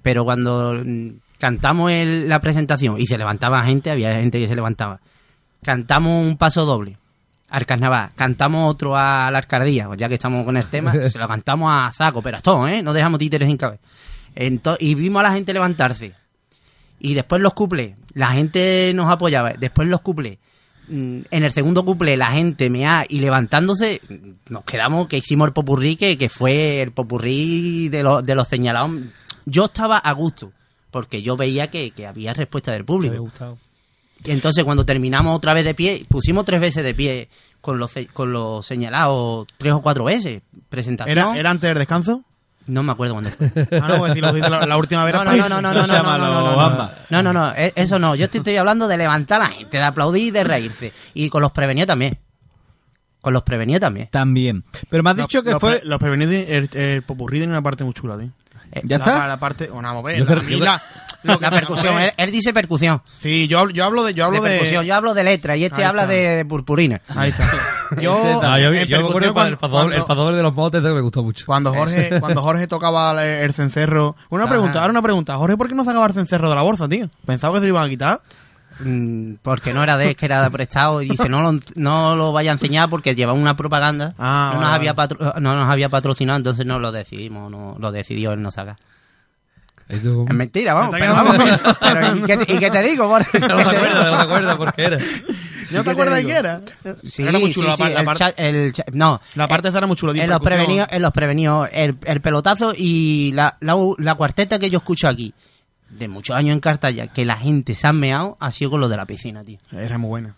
Pero cuando mm, cantamos el- la presentación y se levantaba gente, había gente que se levantaba. Cantamos un paso doble al carnaval, cantamos otro a la alcaldía, pues ya que estamos con el tema, se lo cantamos a Zaco, pero esto, ¿eh? No dejamos títeres sin cabeza. Ento- y vimos a la gente levantarse. Y después los cuplés, la gente nos apoyaba. Después los cuplés. Mm, En el segundo cuplé, la gente mea y levantándose, mm, nos quedamos que hicimos el popurrí, que, que fue el popurrí de, los de los señalados. Yo estaba a gusto, porque yo veía que, que había respuesta del
Me
público.
ha gustado.
Y entonces cuando terminamos otra vez de pie, pusimos tres veces de pie con los, ce- con los señalados tres o cuatro veces. Presentación.
¿Era, ¿Era antes del descanso?
No me acuerdo cuándo fue.
Ah, no, porque si lo dijiste la, la última vez
No,
era
no,
para-
no, no, no, no, no,
se llama
no, no,
lo
no, no.
bamba.
No, no, no, e- eso no. Yo te estoy hablando de levantar a la gente, de aplaudir y de reírse. Y con los prevenidos también. Con los prevenidos también.
También. Pero me has
Lo-
dicho que
lo
fue.
pre- Los prevenidos, el, el popurrí tiene una parte muy chula, tío.
Eh,
¿Ya
La-
está?
La, parte. Bueno, vamos a ver,
Yo
la-
creo- yo
la- lo que-
La percusión, él, él dice percusión.
Sí, yo, hablo- yo hablo de. Yo
de
hablo de,
percusión. Yo hablo de letra y este
Ahí
habla
está.
de, de purpurina.
Ahí está. Yo.
Ah,
No, yo,
en
yo me
percusión
acuerdo que para el
cuando-
pasador, el
cuando-
pasador de los motes me gustó mucho.
Cuando Jorge, cuando Jorge tocaba el, el cencerro. Una pregunta, ahora una pregunta. Jorge, ¿por qué no sacaba el cencerro de la bolsa, tío? Pensaba que se lo iban a quitar.
Mm, Porque no era de él, que era de prestado. Y dice, no lo, no lo vaya a enseñar porque llevaba una propaganda.
Ah, vale,
no, nos
vale.
había patro- no nos había patrocinado, entonces no lo decidimos. No, lo decidió él no sacar.
Ahí
Uh.
tú-
Es mentira, vamos.
Me
Pero,
está quedando-
vamos, pero ¿y, qué, y qué te digo, Borja?
No me acuerdo, no me acuerdo por qué era.
¿No
¿Y qué
te
te
acuerdas de
digo?
qué era?
Sí,
era muy chulo
sí,
la,
sí,
par- la
el
parte-
cha- el cha- no,
la parte esa era muy chula. tío,
en los
percusión.
prevenidos, en los prevenidos, el, el pelotazo y la, la, u- la cuarteta que yo escucho aquí, de muchos años en Cartaya, que la gente se ha meado, ha sido con lo de la piscina, tío.
Era muy buena.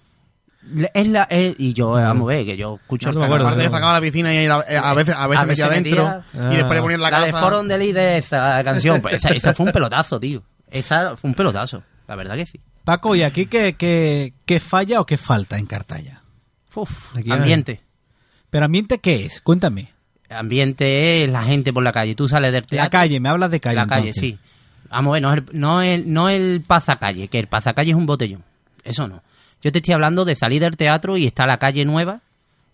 Le- Es la, es- y yo, eh, vamos a ver, que yo escucho
No
el
me
carnaval.
acuerdo,
Aparte
no.
que sacaba la piscina y ahí la- eh, a veces, a veces
A veces
metía adentro
metía-
y después le ponían la,
la,
cabeza.
de Foron de Ley de esa canción, pues esa, esa fue un pelotazo, tío. Esa fue un pelotazo, la verdad que sí.
Paco, ¿y aquí qué, qué, qué falla o qué falta en Cartaya?
Uf,
Aquí hay-
ambiente.
¿Pero ambiente qué es? Cuéntame.
ambiente es la gente por la calle. Tú sales del teatro.
La calle, me hablas de calle.
la calle,
entonces.
sí. Vamos a ver, no el, no el, no el pasacalle, que el pasacalle es un botellón. Eso no. Yo te estoy hablando de salir del teatro y está la calle nueva.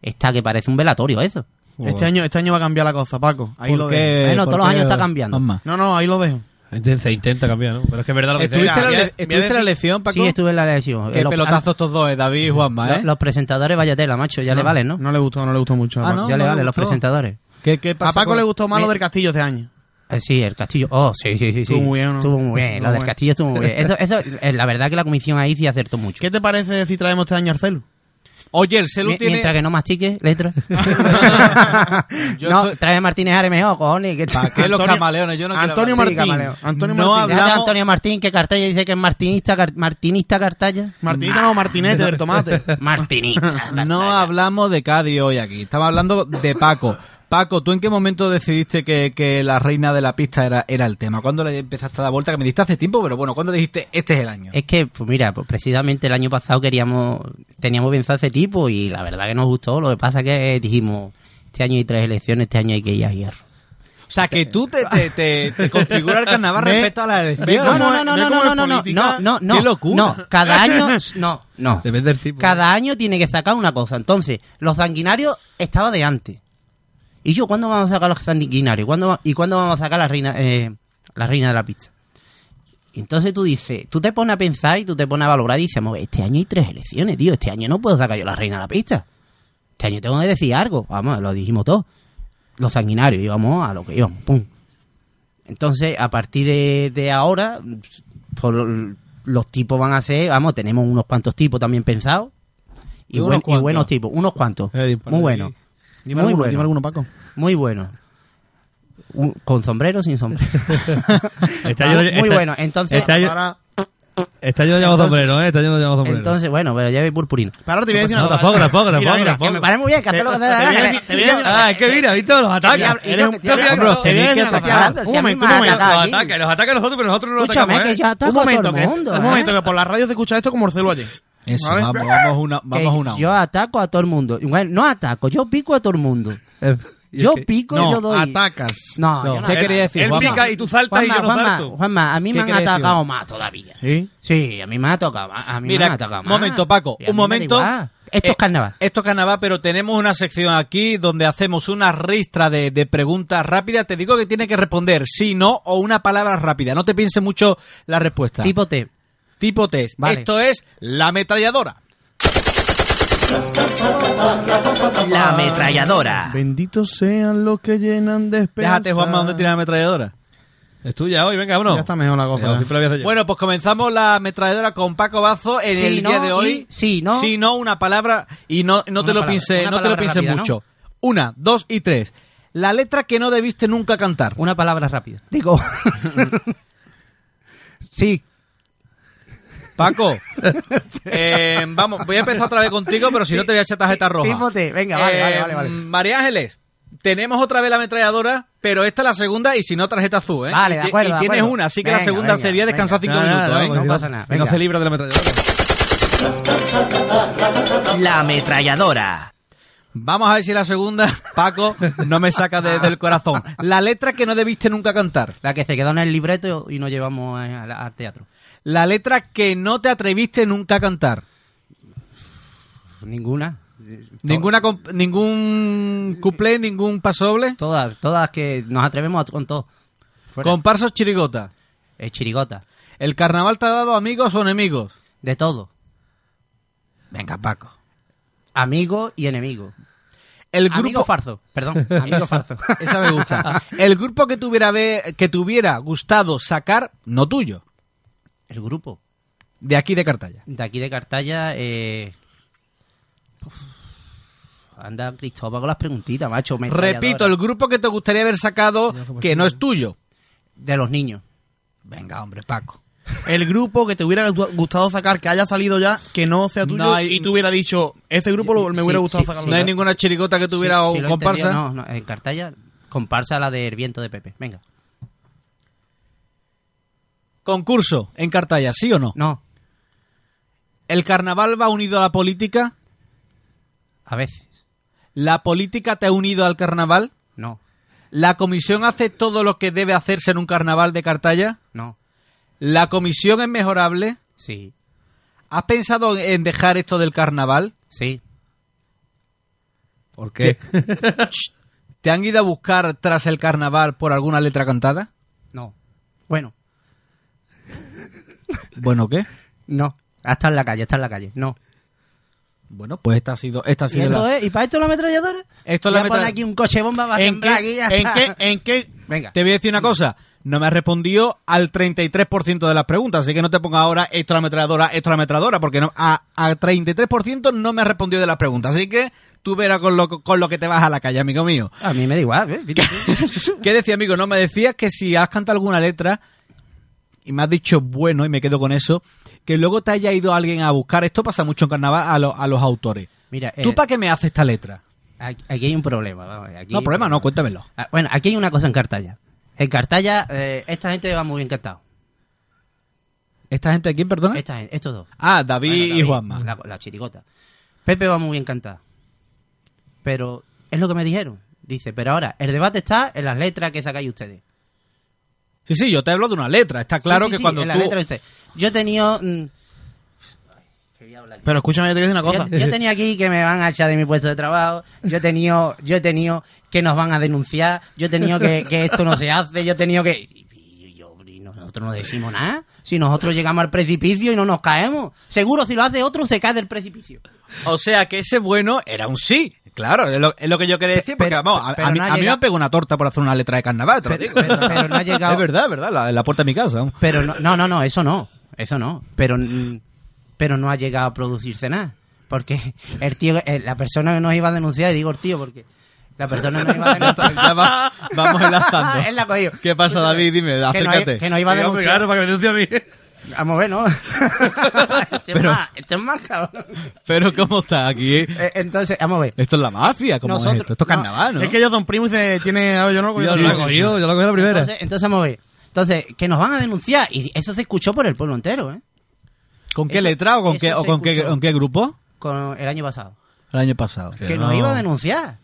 Está que parece un velatorio eso.
Este año, este año va a cambiar la cosa, Paco. Ahí
¿Por
lo
qué?
dejo.
Bueno,
¿Por
todos los
qué?
años está cambiando.
Osma.
No, no, ahí lo dejo.
Intenta, se intenta cambiar, ¿no? Pero es que es verdad lo que
¿Estuviste,
dice.
Mira,
en la-
voy a-
estuviste en
voy a
la
decir-
elección, Paco?
Sí, estuve en la elección.
Qué
Los- ah,
pelotazos estos dos, eh, David y Juanma,
los,
¿eh?
los presentadores, vaya tela, macho. Ya le valen, ¿no?
No le gustó, no le gustó mucho. a
Ah,
Paco.
no,
ya le valen
le
los
gustó.
presentadores.
¿Qué, qué
A
Pues
pasa
Paco
con-
le gustó más lo
Mi-
del castillo este año.
Eh, Sí, el castillo. Oh, sí, sí, sí. sí.
Estuvo muy bien, ¿no?
Estuvo muy bien.
Estuvo
Lo del
bueno.
castillo estuvo muy bien. Eso, eso, eh, la verdad que la comisión ahí sí acertó mucho.
¿Qué te parece si traemos este año a Arcelo?
Oye, el celu
Mi-
tiene...
Mientras que no mastique, letra.
Yo
no,
estoy-
trae a Martínez Ares mejor, cojones. Que
¿Para qué los
Antonio-
camaleones? Yo no quiero
Antonio
hablar.
Sí,
Martín.
camaleo.
Antonio
No
Martín.
Déjate a
hablamos-
Antonio Martín, que Cartella dice que es martinista, car- martinista Cartella.
Martinita no, Martinete del tomate.
Martinista. Cartalla.
No hablamos de Cádiz hoy aquí, estamos hablando de Paco. Paco, ¿tú en qué momento decidiste que, que la reina de la pista era, era el tema? ¿Cuándo le empezaste a dar vuelta? Que me diste hace tiempo, pero bueno, ¿cuándo dijiste este es el año?
Es que, pues mira, pues precisamente el año pasado queríamos, teníamos pensado ese tipo y la verdad que nos gustó. Lo que pasa que dijimos, este año hay tres elecciones, este año hay que ir a hierro.
O sea, que tú te, te, te, te configuras el carnaval
Ve-
respecto a la
ve
elección.
cómo-
No, no, no, no,
ve
no,
cómo
no,
es
no, no,
política.
no, no, no.
Qué locura.
No, cada año, no, no.
Depende del tipo.
Cada año tiene que sacar una cosa. Entonces, los sanguinarios estaba de antes. ¿Y yo cuándo vamos a sacar los sanguinarios? ¿Cuándo va- ¿Y cuándo vamos a sacar la reina, eh, la reina de la pista? Y Entonces tú dices, tú te pones a pensar y tú te pones a valorar y dices, "Move, este año hay tres elecciones, tío, este año no puedo sacar yo la reina de la pista. Este año tengo que decir algo. Vamos, lo dijimos todos. Los sanguinarios, íbamos a lo que íbamos, pum. Entonces, a partir de, de ahora, por lo- los tipos van a ser, vamos, tenemos unos cuantos tipos también pensados. Y,
Unos
buen- y
cuantos.
buenos tipos, unos cuantos.
Eh, dispara
muy
de
buenos,
aquí.
Dime
Muy
alguno,
bueno.
dime alguno, Paco.
muy buenos. Un- Con sombrero, o sin sombrero.
Este año-
muy
este-
bueno, entonces-
Este año,
Ahora,
este año no llevamos
Entonces-
sombrero, ¿eh? Este año no llevamos sombrero.
Entonces, bueno, pero lleve purpurina.
ahora te voy a decir
No,
una cosa.
tampoco, tampoco,
Mira,
tampoco,
mira,
tampoco.
Que me parece muy bien, que hace lo que se le
Te
da
voy a
la
decir- te voy a decir-
gana.
Ah, es que mira, ¿viste? Los ataques.
Y yo- y yo-
Eres un
yo-
propio
Hombre,
cabrón.
Te voy a decir una
Estoy
cosa.
hablando,
Un
si a mí
momento,
me
un
han
momento.
atacado
Los
aquí.
ataques, los ataques nosotros, pero nosotros no lo
Escúchame,
atacamos, ¿eh?
que ya está
Un momento,
todo el
que,
mundo.
un
¿eh?
momento, que por la radio se escucha esto como Orcelo ayer.
Eso,
¿Sabes?
vamos, vamos una,
Que
vamos una. a una.
Yo ataco a todo el mundo. Bueno, no ataco, yo pico a todo el mundo.
Y es
Yo
que-
pico y yo
No,
doy.
atacas.
No,
No,
yo no.
¿qué quería decir,
Él
Juanma?
pica y tú saltas y yo no
Juanma,
salto.
Juanma, a mí
¿Qué
me han
quería decir? ¿Eh?
atacado más todavía.
¿Sí?
Sí, a mí me ha tocado más. A mí
Mira,
me ha tocado más.
momento, Paco,
Y a
un
mí me da
momento.
igual. Esto
Eh,
es carnaval.
Esto es carnaval, pero tenemos una sección aquí donde hacemos una ristra de, de preguntas rápidas. Te digo que tiene que responder sí, no o una palabra rápida. No te pienses mucho la respuesta.
Tipo T.
Tipo test.
Vale.
Esto es la ametralladora.
La
Ah.
ametralladora.
Benditos sean los que llenan de esperanza.
Déjate, Juanma, ¿dónde tiene la ametralladora?
Es tuya hoy, venga, vámonos.
Ya está mejor la cosa. ¿eh?
Ya, siempre lo voy a hacer yo.
Bueno, pues comenzamos la ametralladora con Paco Bazo en
Sí,
el
no,
día de hoy.
y- sí, no.
Sí, no, una palabra y no, no te
Una
lo
palabra,
pienses,
una
no te lo
palabra
pienses
rápida, ¿no?
mucho. Una, dos y tres. La letra que no debiste nunca cantar.
Una palabra rápida. Digo. sí.
Paco, eh, vamos, voy a empezar otra vez contigo, pero si no te voy a echar tarjeta roja.
Tipo T. Venga, vale, vale,
Eh,
vale, vale.
María Ángeles, tenemos otra vez la ametralladora, pero esta es la segunda y si no, tarjeta azul, ¿eh?
Vale,
y,
de
ti-
acuerdo,
y
de
tienes
acuerdo.
una, así que la
Venga,
segunda
venga,
sería descansar
venga.
cinco
Nada,
minutos,
nada,
¿eh?
no
si
pasa nada,
si no
venga.
se libra de la ametralladora.
La ametralladora.
Vamos a ver si la segunda, Paco, no me saca de- del corazón. La letra que no debiste nunca cantar.
La que se quedó en el libreto y nos llevamos eh, al, al teatro.
La letra que no te atreviste nunca a cantar.
Ninguna.
Ninguna, comp- ningún cuplé, ningún pasoble.
Todas, todas que nos atrevemos a- con todo. Fuera.
Comparsos chirigota.
Eh, chirigota.
¿El carnaval te ha dado amigos o enemigos?
De todo.
Venga, Paco.
Amigo y enemigo.
El grupo,
Amigo farzo. Perdón. Amigo farzo.
Esa me gusta. El grupo que tuviera, ve- que tuviera gustado sacar, no tuyo,
El grupo.
de aquí de Cartaya.
De aquí de Cartaya, eh... uf, Anda, Cristóbal, con las preguntitas, macho. ametralladora.
Repito, el grupo que te gustaría haber sacado, que no es tuyo.
De los niños.
Venga, hombre, Paco.
El grupo que te hubiera gu- gustado sacar, que haya salido ya, que no sea tuyo
No hay-
y te hubiera dicho, ese grupo lo- me
Sí,
hubiera gustado
sí,
sacarlo.
sí.
No hay ninguna chirigota que tuviera
Sí,
un
sí, lo he
comparsa.
entendido, No, no, en Cartaya, comparsa la del viento de Pepe. Venga.
Concurso en Cartaya, ¿sí o no?
No,
¿El carnaval va unido a la política?
a veces.
¿La política te ha unido al carnaval?
No,
¿La comisión hace todo lo que debe hacerse en un carnaval de Cartaya?
no.
¿La comisión es mejorable?
Sí,
¿Has pensado en dejar esto del carnaval?
sí.
¿Por qué?
¿Te han ido a buscar tras el carnaval por alguna letra cantada?
No. Bueno,
Bueno, ¿qué?
no. Ah, Está en la calle, está en la calle. No.
Bueno, pues esta ha sido, esta ha
¿Y,
sido
esto
la-
es- ¿y para esto la ametralladora?
Esto es
Voy
la
a poner
ametralladora.
aquí un coche bomba para
¿En qué,
sembrar aquí y ya
en
está.
qué, en qué-
Venga.
Te voy a decir una cosa. No me has respondido al 33% de las preguntas, así que no te pongas ahora esto es la ametralladora, esto es la ametralladora, porque no, a, a 33% no me has respondido de las preguntas, así que tú verás con lo, con lo que te vas a la calle, amigo mío.
A mí me da igual. ¿eh?
¿Qué decía, amigo? No, me decías que si has cantado alguna letra y me has dicho bueno y me quedo con eso, que luego te haya ido alguien a buscar. Esto pasa mucho en carnaval a, lo- a los autores.
Mira, eh,
¿Tú para qué me haces esta letra?
aquí aquí hay un problema. vamos, aquí
No,
hay un
problema no, cuéntamelo.
Ah, Bueno, aquí hay una cosa en Cartaya. En Cartaya, eh, esta gente va muy bien cantado.
¿Esta gente de quién, perdona?
Esta gente, estos dos.
Ah, David,
Bueno,
y
David,
Juanma.
La, la chirigota. Pepe va muy bien cantado. Pero es lo que me dijeron. Dice, pero ahora, el debate está en las letras que sacáis ustedes.
Sí, sí, yo te hablo de una letra. Está claro
Sí, sí,
que
sí,
cuando tú...
en las letras de ustedes. Yo he tenido... mm,
Pero escúchame, yo te voy a decir una cosa.
Yo, yo tenía aquí que me van a echar de mi puesto de trabajo. Yo he tenido, yo he tenido que nos van a denunciar. Yo he tenido que, que esto no se hace. Yo he tenido que. Y, y yo- y nosotros no decimos nada. Si nosotros llegamos al precipicio y no nos caemos. Seguro si lo hace otro se cae del precipicio.
O sea, que ese bueno era un sí. Claro, es lo, es lo que yo quería decir, porque
Pero-
vamos, a-
pero
a, mí,
no ha
a mí me
llegado-
pegó una torta por hacer una letra de carnaval, te lo
Pero-
digo.
pero- pero no ha llegado-
Es verdad, es verdad, la- en la puerta de mi casa. vamos.
Pero no, no, no, no, eso no. Eso no. Pero, mm, pero no ha llegado a producirse nada. Porque el tío, eh, la persona que nos iba a denunciar, y digo el tío, porque la persona que nos iba a
Ya
denunciar.
va- vamos enlazando.
Él la ha cogido.
¿Qué pasa, David? Dime,
Que nos-
acércate.
que nos iba a
Digamos,
denunciar.
Claro, para que me denuncie a mí.
Vamos a ver, ¿no? este,
Pero-
es más, este es más cabrón.
Pero ¿cómo está aquí?
Eh, Entonces, vamos a ver.
Esto es la mafia, ¿cómo es
Nosotros-
esto? Esto es
no,
carnaval, ¿no?
Es que ellos son primos y se tiene... a ver, Yo no lo
Yo
conozco. pues,
lo hago, yo, yo lo hago la primera.
Entonces, entonces, vamos a ver. Entonces, que nos van a denunciar. Y eso se escuchó por el pueblo entero, ¿eh?
¿Con qué
eso-
letra o con
eso
qué, o
se
con qué,
escuchó.
con qué grupo?
Con el año pasado.
El año pasado.
Que nos iba a denunciar.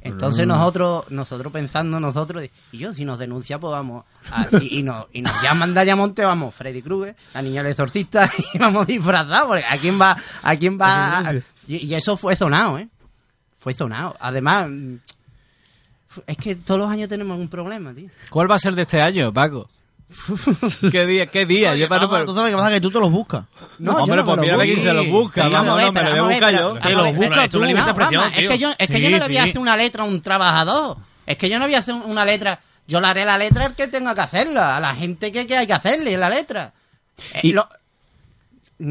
Entonces nosotros, nosotros pensando, nosotros, y yo, si nos denuncia, pues vamos, así, y, nos, y nos llaman de Ayamonte, vamos, Freddy Krueger, la niña del exorcista, y vamos disfrazados, porque a quién va, a quién va, a- y, y eso fue zonado, ¿eh? Fue zonado. Además, mm, es que todos los años tenemos un problema, tío.
¿Cuál va a ser de este año, Paco? ¿Qué día? ¿Qué día? Yo paro por-
Tú sabes que pasa que tú te los buscas.
No, yo
hombre,
no me
pues
lo
mira que
busco.
quien se lo busca.
Pero
Vamos,
vamos a ver,
no, me
pero
lo
vamos
voy
a ver,
yo.
pero-
Que
vamos a
lo
ver, pero
busca
esto
tú.
le
No,
Esta presión,
Juanma, es
tío.
que yo, es que
Sí,
yo no le voy a
sí.
hacer una letra a un trabajador. Es que yo no voy a hacer una letra. Yo le haré la letra al que tenga que hacerla, a la gente que, que hay que hacerle la letra. Eh, lo-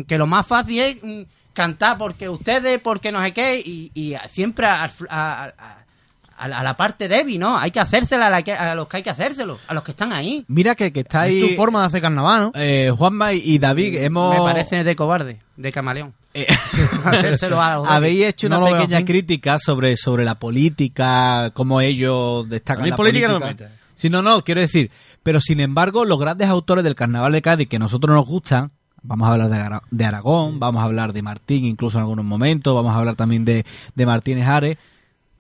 que lo más fácil es mm, cantar porque ustedes, porque no sé qué, y, y a- siempre al fl- a, a- a la- a la parte débil, ¿no? Hay que hacérsela a, la que- a los que hay que hacérselo, a los que están ahí.
Mira que, que está
Es tu
ahí
forma de hacer carnaval, ¿no?
eh, Juanma y David. Hemos...
Me parece de cobarde, de camaleón.
eh,
Hacérselo a los débiles.
Habéis hecho una
No lo veo
pequeña
así.
crítica sobre, sobre la política, cómo ellos destacan
A mí
la
política
política.
no me meta.
Sí, no, no, quiero decir, pero sin embargo, los grandes autores del Carnaval de Cádiz que a nosotros nos gustan, vamos a hablar de, Ara- de Aragón, vamos a hablar de Martín incluso en algunos momentos, vamos a hablar también de, de Martínez Ares,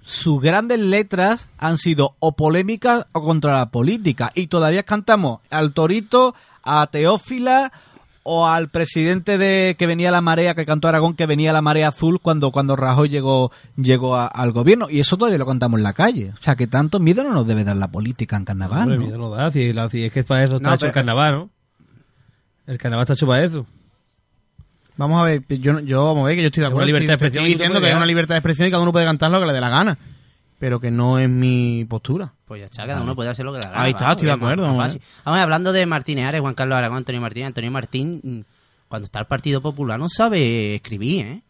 sus grandes letras han sido o polémicas o contra la política y todavía cantamos al Torito, a Teófila o al presidente de que venía la marea que cantó Aragón que venía la marea azul cuando cuando Rajoy llegó llegó a- al gobierno y eso todavía lo cantamos en la calle o sea que tanto miedo no nos debe dar la política en carnaval
Hombre,
¿no?
miedo no da, si, la- si es que para eso está
No,
hecho el
pero-
carnaval, ¿no? El carnaval está hecho para eso.
Vamos a ver, yo, no- yo vamos a ver que yo estoy de
Es
acuerdo.
una libertad de
estoy- te
expresión
estoy
y tú
diciendo
puedes
que es una
crear.
libertad de expresión y cada uno puede cantar lo que le dé la gana. Pero que no es mi postura.
Pues ya está, cada uno puede hacer lo que le haga.
Ahí está, estoy de acuerdo, hombre.
Vamos, hablando de Martínez Ares, Juan Carlos Aragón, Antonio Martín. Antonio Martín, mm, cuando está el Partido Popular, no sabe escribir, ¿eh?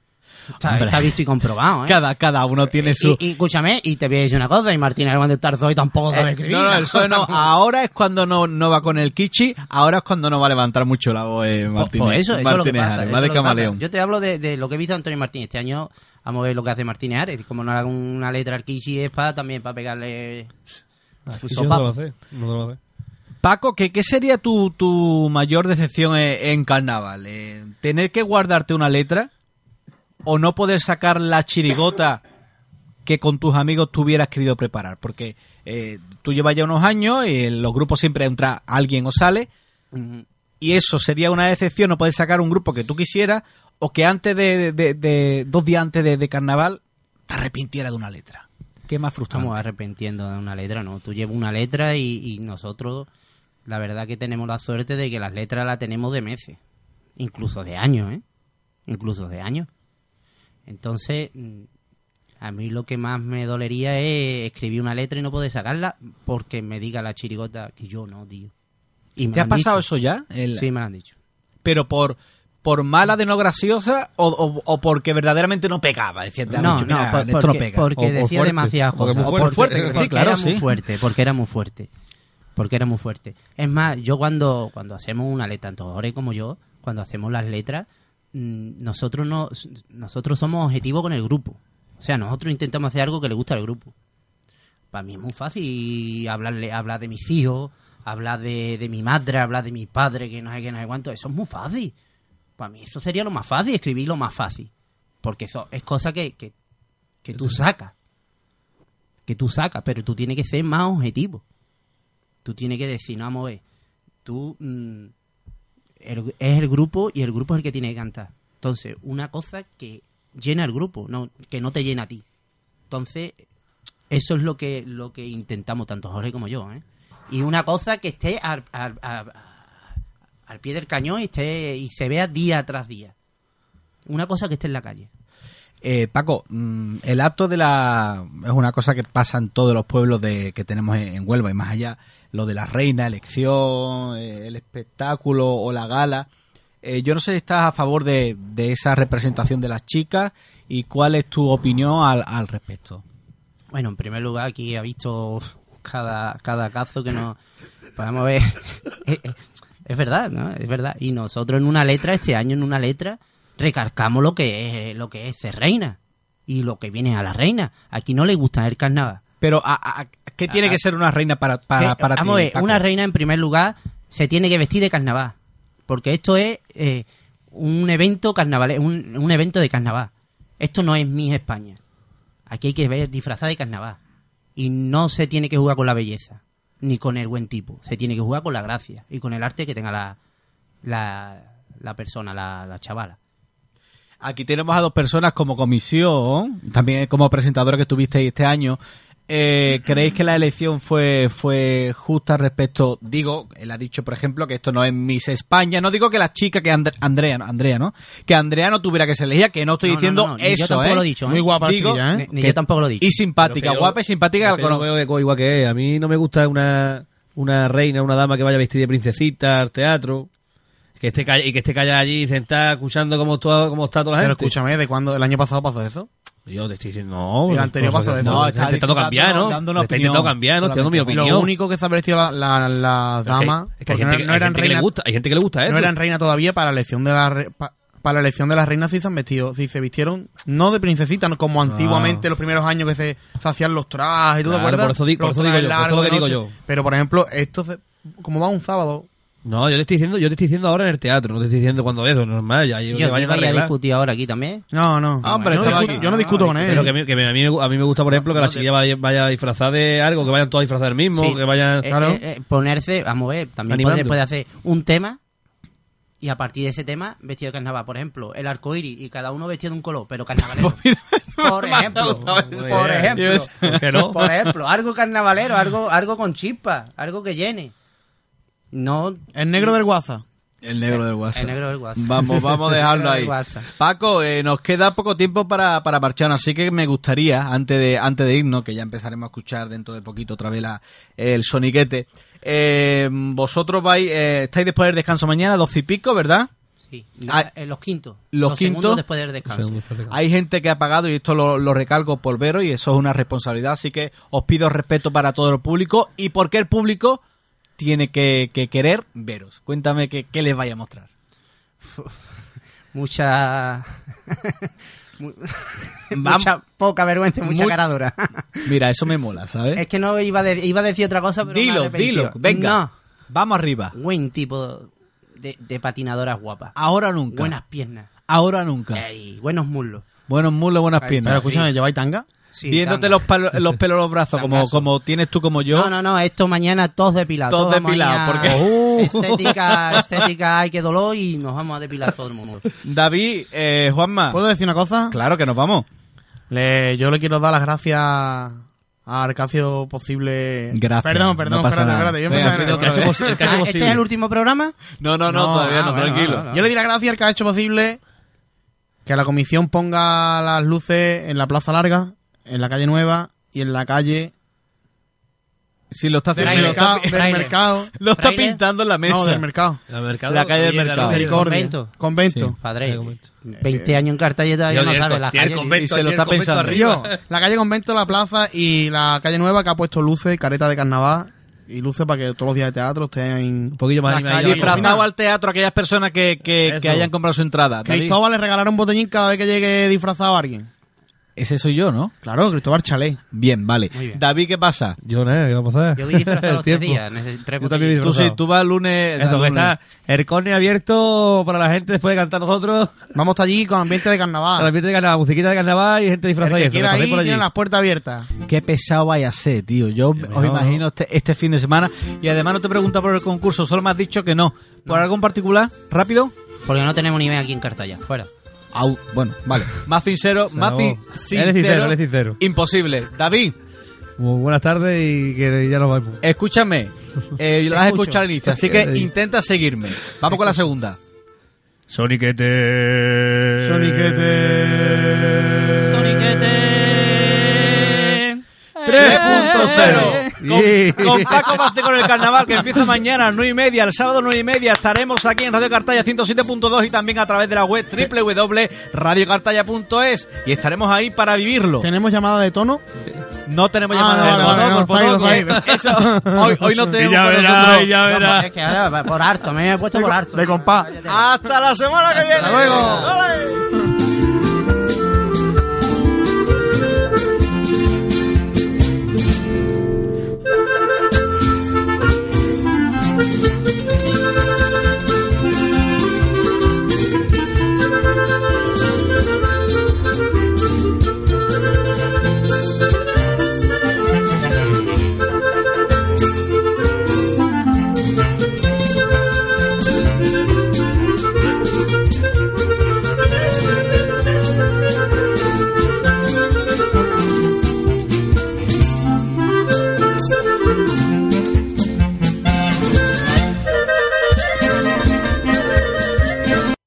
Está,
Hombre.
está visto y comprobado, ¿eh?
cada cada uno tiene su
y, y escúchame, y te voy a decir una cosa, y Martínez Ares cuando está el Zoe tampoco sabe
Eh,
escribir.
no, no, el PSOE no. Ahora es cuando no, no va con el kichi, ahora es cuando no va a levantar mucho la voz eh,
Pues-
Martínez.
pues eso, eso es lo que
Martínez
pasa,
Ares,
eso
va
es
de
lo que pasa.
camaleón.
Yo te hablo de, de lo que he visto de Antonio Martín. Este año vamos a ver lo que hace Martínez Ares. Como no haga una letra al Kishi es para también para pegarle
Y
Pues
yo no
un
lo
sopapo.
hace, no lo hace.
Paco, ¿qué, qué sería tu, tu mayor decepción eh, en carnaval? Eh, ¿Tener que guardarte una letra? ¿O no poder sacar la chirigota que con tus amigos tú hubieras querido preparar? Porque eh, tú llevas ya unos años y en los grupos siempre entra alguien o sale.
Mm,
y eso sería una decepción no poder sacar un grupo que tú quisieras o que antes de, de- de- dos días antes de, de carnaval te arrepintiera de una letra. Qué más frustrante.
Estamos arrepintiendo de una letra, ¿no? Tú llevas una letra y, y nosotros, la verdad que tenemos la suerte de que las letras las tenemos de meses, incluso de años, ¿eh? Incluso de años. Entonces, mm, a mí lo que más me dolería es escribir una letra y no poder sacarla porque me diga la chirigota que yo no, tío. Y me
¿Te
lo
ha
han
pasado
dicho.
eso ya? El-
Sí, me lo han dicho.
Pero por por mala de no graciosa o, o- o porque verdaderamente no pegaba. Decía, te han
No,
dicho,
no,
mira,
por-
esto no
porque,
pega.
porque
O por
decía
fuerte.
demasiadas
Porque
cosas.
muy
O
fuerte,
porque,
sí,
porque
claro,
era muy
sí.
fuerte, porque era muy fuerte. Porque era muy fuerte. Es más, yo cuando, cuando hacemos una letra, tanto Ore como yo, cuando hacemos las letras, mm, nosotros no, nosotros somos objetivos con el grupo. O sea, nosotros intentamos hacer algo que le gusta al grupo. Para mí es muy fácil hablarle, hablar de mis hijos, hablar de, de mi madre, hablar de mi padre, que no sé qué, no sé cuánto. Eso es muy fácil. Para mí eso sería lo más fácil, escribir lo más fácil. Porque eso es cosa que, que, que tú sacas. Que tú sacas, pero tú tienes que ser más objetivo. Tú tienes que decir, no, vamos a ver, tú mm, el- es el grupo y el grupo es el que tiene que cantar. Entonces, una cosa que llena al grupo, no que no te llena a ti. Entonces, eso es lo que, lo que intentamos, tanto Jorge como yo. ¿eh? Y una cosa que esté al, al- al- al pie del cañón y, esté, y se vea día tras día. Una cosa que esté en la calle.
Eh, Paco, mm, el acto de la. es una cosa que pasa en todos los pueblos de, que tenemos en, en Huelva y más allá. Lo de la reina, elección, eh, el espectáculo o la gala. Eh, yo no sé si estás a favor de, de esa representación de las chicas y cuál es tu opinión al, al respecto.
Bueno, en primer lugar, aquí ha visto cada, cada cazo que nos podemos ver. Eh, eh, es verdad, ¿no? Es verdad. Y nosotros en una letra, este año en una letra, recargamos lo que es, lo que es ser reina y lo que viene a la reina. Aquí no le gusta el carnaval.
Pero, a- a- ¿qué tiene
Ah,
que ser una reina para, para,
Sí,
para ti?
vamos a ver,
Paco?
una reina en primer lugar se tiene que vestir de carnaval. Porque esto es eh, un evento carnaval, un, un evento de carnaval. Esto no es mi España. Aquí hay que ver disfrazada de carnaval. Y no se tiene que jugar con la belleza, ni con el buen tipo. Se tiene que jugar con la gracia y con el arte que tenga la, la, la persona, la, la chavala.
Aquí tenemos a dos personas como comisión, también como presentadora que tuvisteis este año. Eh, ¿Creéis que la elección fue, fue justa respecto, digo, él ha dicho, por ejemplo, que esto no es Miss España, no digo que la chica que Andre- Andrea, Andrea, ¿no? Que Andrea no tuviera que ser elegida, que no estoy
No, no,
diciendo
no, no, ni yo
eso,
tampoco
¿eh?
lo he dicho, ¿eh?
Muy guapa la
Digo,
chiquilla, ¿eh?
Ni, ni
Que-
yo tampoco lo he dicho.
Y simpática,
Pero que yo-
guapa y simpática,
Pero
con-
yo veo que- igual que es. A mí no me gusta una, una reina, una dama que vaya vestida de princesita al teatro que esté calla- y que esté callada allí sentada escuchando cómo, toda- cómo está toda la
Pero
gente.
escúchame, ¿de cuándo? ¿El año pasado pasó eso?
Yo te estoy diciendo, no.
El
no,
anterior
no,
pasó de
no,
todo.
está intentando
Estaba
cambiar, ¿no?
dando una
Está intentando
opinión,
cambiar, ¿no? Estoy dando mi
solamente.
opinión.
Lo único que se ha vestido la, la, la
Pero es que-
dama...
es que hay
porque
gente, que-
no, no
hay
eran
gente que le
reinas-
gusta, hay gente que le gusta eso.
no eran reina todavía para la elección de la re- pa- para la elección de las reinas sí se han vestido, sí se vistieron no de princesita, no
Ah.
como antiguamente los primeros años que se, se hacían los trajes, ¿tú
Claro,
te acuerdas?
por eso di- por
Los
eso digo
trajes
yo, por eso
largos
que
de
digo
noche.
yo.
Pero por ejemplo, esto se- como va un sábado,
No, yo te estoy diciendo, yo te estoy diciendo ahora en el teatro, no te estoy diciendo cuando eso, normal, ya yo
Yo,
que vayan a
vaya a
arreglar.
discutir ahora aquí también.
no, no.
Ah, hombre,
yo, no
estaba
discuto,
aquí.
yo no discuto con él.
Pero que, me- que me- a, mí, me gu- a mí me gusta, por ejemplo, que la chiquilla vaya, vaya disfrazada de algo, que vayan todas disfrazadas del mismo,
Sí.
que vayan...
Eh,
claro.
eh, eh, ponerse, vamos a ver, también
Animando.
puede, puede hacer un tema y a partir de ese tema vestido de carnaval. Por ejemplo, el arco iris y cada uno vestido de un color, pero carnavalero. por ejemplo, por ejemplo,
¿Por qué no?
por ejemplo, algo carnavalero, algo, algo con chispa, algo que llene. No,
El negro del WhatsApp.
El negro del WhatsApp.
El negro del WhatsApp.
Vamos, vamos a dejarlo
El negro del
ahí.
WhatsApp.
Paco, eh, nos queda poco tiempo para, para marcharnos, así que me gustaría, antes de, antes de irnos, que ya empezaremos a escuchar dentro de poquito otra vez la- el soniquete, eh, vosotros vais, eh, estáis después del descanso mañana, doce y pico, ¿verdad?
sí,
Ah,
en los quintos.
los
segundos
quintos.
después del descanso.
Hay gente que ha pagado, y esto lo, lo recalco por Vero, y eso es una responsabilidad, así que os pido respeto para todo el público, y porque el público tiene que, que querer veros. Cuéntame qué qué les vaya a mostrar.
Mucha, mu-
Vamos.
mucha poca vergüenza, y mucha
Muy-
cara dura.
Mira, eso me mola, ¿sabes?
Es que no iba a, de- iba a decir otra cosa, pero me he
¿Eh? Dilo,
arrepentido.
dilo, venga.
No,
Vamos arriba.
buen tipo de, de patinadoras guapas.
Ahora o nunca.
Buenas piernas.
Ahora o nunca.
Ey, buenos muslos.
Buenos mulos, buenas
Eh. Ahí
piernas.
Pero escúchame, ¿lleváis tanga?
Sí,
Viéndote los,
tanga.
palo- los pelos a los brazos, como,
Tangazo.
como tienes tú, como yo.
No, no, no, esto mañana todos depilados.
Todos
vamos
depilados,
allá.
porque- ¡Uh!
Estética, estética, hay que dolor y nos vamos a depilar todo el mundo.
David, eh,
Ah.
Juanma.
¿Puedo decir una cosa?
Claro que nos vamos.
Le- yo le quiero dar las gracias a Arcacio posible.
Gracias,
Perdón, perdón,
no pasa
espérate,
nada.
espérate. Yo
Venga,
empezaba en el-
Alfredo,
otra
cacho
vez.
posible.
El cacho
Ah, ¿Este
posible.
es el último programa?
No, no, no, todavía
ah,
no,
bueno,
tranquilo.
no, no. Yo le di las gracias al que ha hecho posible que la comisión ponga las luces en la Plaza Larga, en la calle Nueva y en la calle
Si lo está
del,
haciendo.
Fraile,
lo está-
mercado, del
Fraile.
mercado.
Lo está
Fraile.
pintando en la mesa.
No, del mercado.
La, mercado-
La calle del
y el
mercado.
Mercado.
Misericordia.
Convento.
Convento.
Sí.
Padre,
Ahí comento.
20 años en cartalleta ya no sabe la calle.
y se lo está pensando.
Yo, la calle Convento, la plaza y la calle Nueva que ha puesto luces, careta de carnaval y luces para que todos los días de teatro estén
Un poquillo más
las
animadillo.
calles
Disfrazado al teatro a aquellas personas que, que,
Eso.
que hayan comprado su entrada. David,
Cristóbal le regalará un botellín cada vez que llegue disfrazado a alguien.
Ese soy yo, ¿no?
Claro, Cristóbal Chalé.
Bien, vale.
Muy bien.
David, ¿qué pasa?
Yo nada, ¿qué va a pasar?
Yo vi disfrazado
El
los tres
tiempo.
días. en ese- tres
Yo también vi
botellas.
Tú sí, tú vas el lunes.
Eso, que
el lunes.
está el cone abierto para la gente después de cantar nosotros.
Vamos hasta allí con ambiente de
A la
carnaval.
fiesta de carnaval, musiquita de carnaval y gente
Ah. El
disfrazada. y
que
eso,
quiera
paséis
ir
por allí.
tiene las puertas abiertas.
Qué pesado vaya a ser, tío. Yo os
mejor,
imagino este, este fin de semana. Y además no te pregunta por el concurso, solo me has dicho que no. ¿Por algo en particular? ¿Rápido?
Porque no tenemos ni idea aquí en Cartalla. Fuera.
Au, bueno, vale. Más sincero,
Se
más
acabó.
sin- sincero.
Eres sincero, eres sincero.
Imposible. David,
Muy buenas tardes y que ya nos vamos.
escúchame. Eh, lo has escuchado al inicio, así que intenta seguirme. Vamos con la segunda.
Soniquete.
Soniquete.
Soniquete
3.0.
3.0 con, con Paco Bacé con el carnaval que empieza mañana a 9 y media, el sábado 9 y media estaremos aquí en Radio Cartalla 107.2 y también a través de la web www.radiocartalla.es y estaremos ahí para vivirlo.
¿Tenemos llamada de tono?
No tenemos
Ah,
llamada
vale,
de
vale,
teléfono,
no,
por
se ha ido,
favor.
se ha ido.
Eso, hoy, hoy no tenemos
ya
con
verá,
nosotros.
ya verá.
Vamos, es que ahora va por harto, me he puesto por harto.
De compás.
Cállate.
Hasta la semana que viene.
luego.
¡Ole!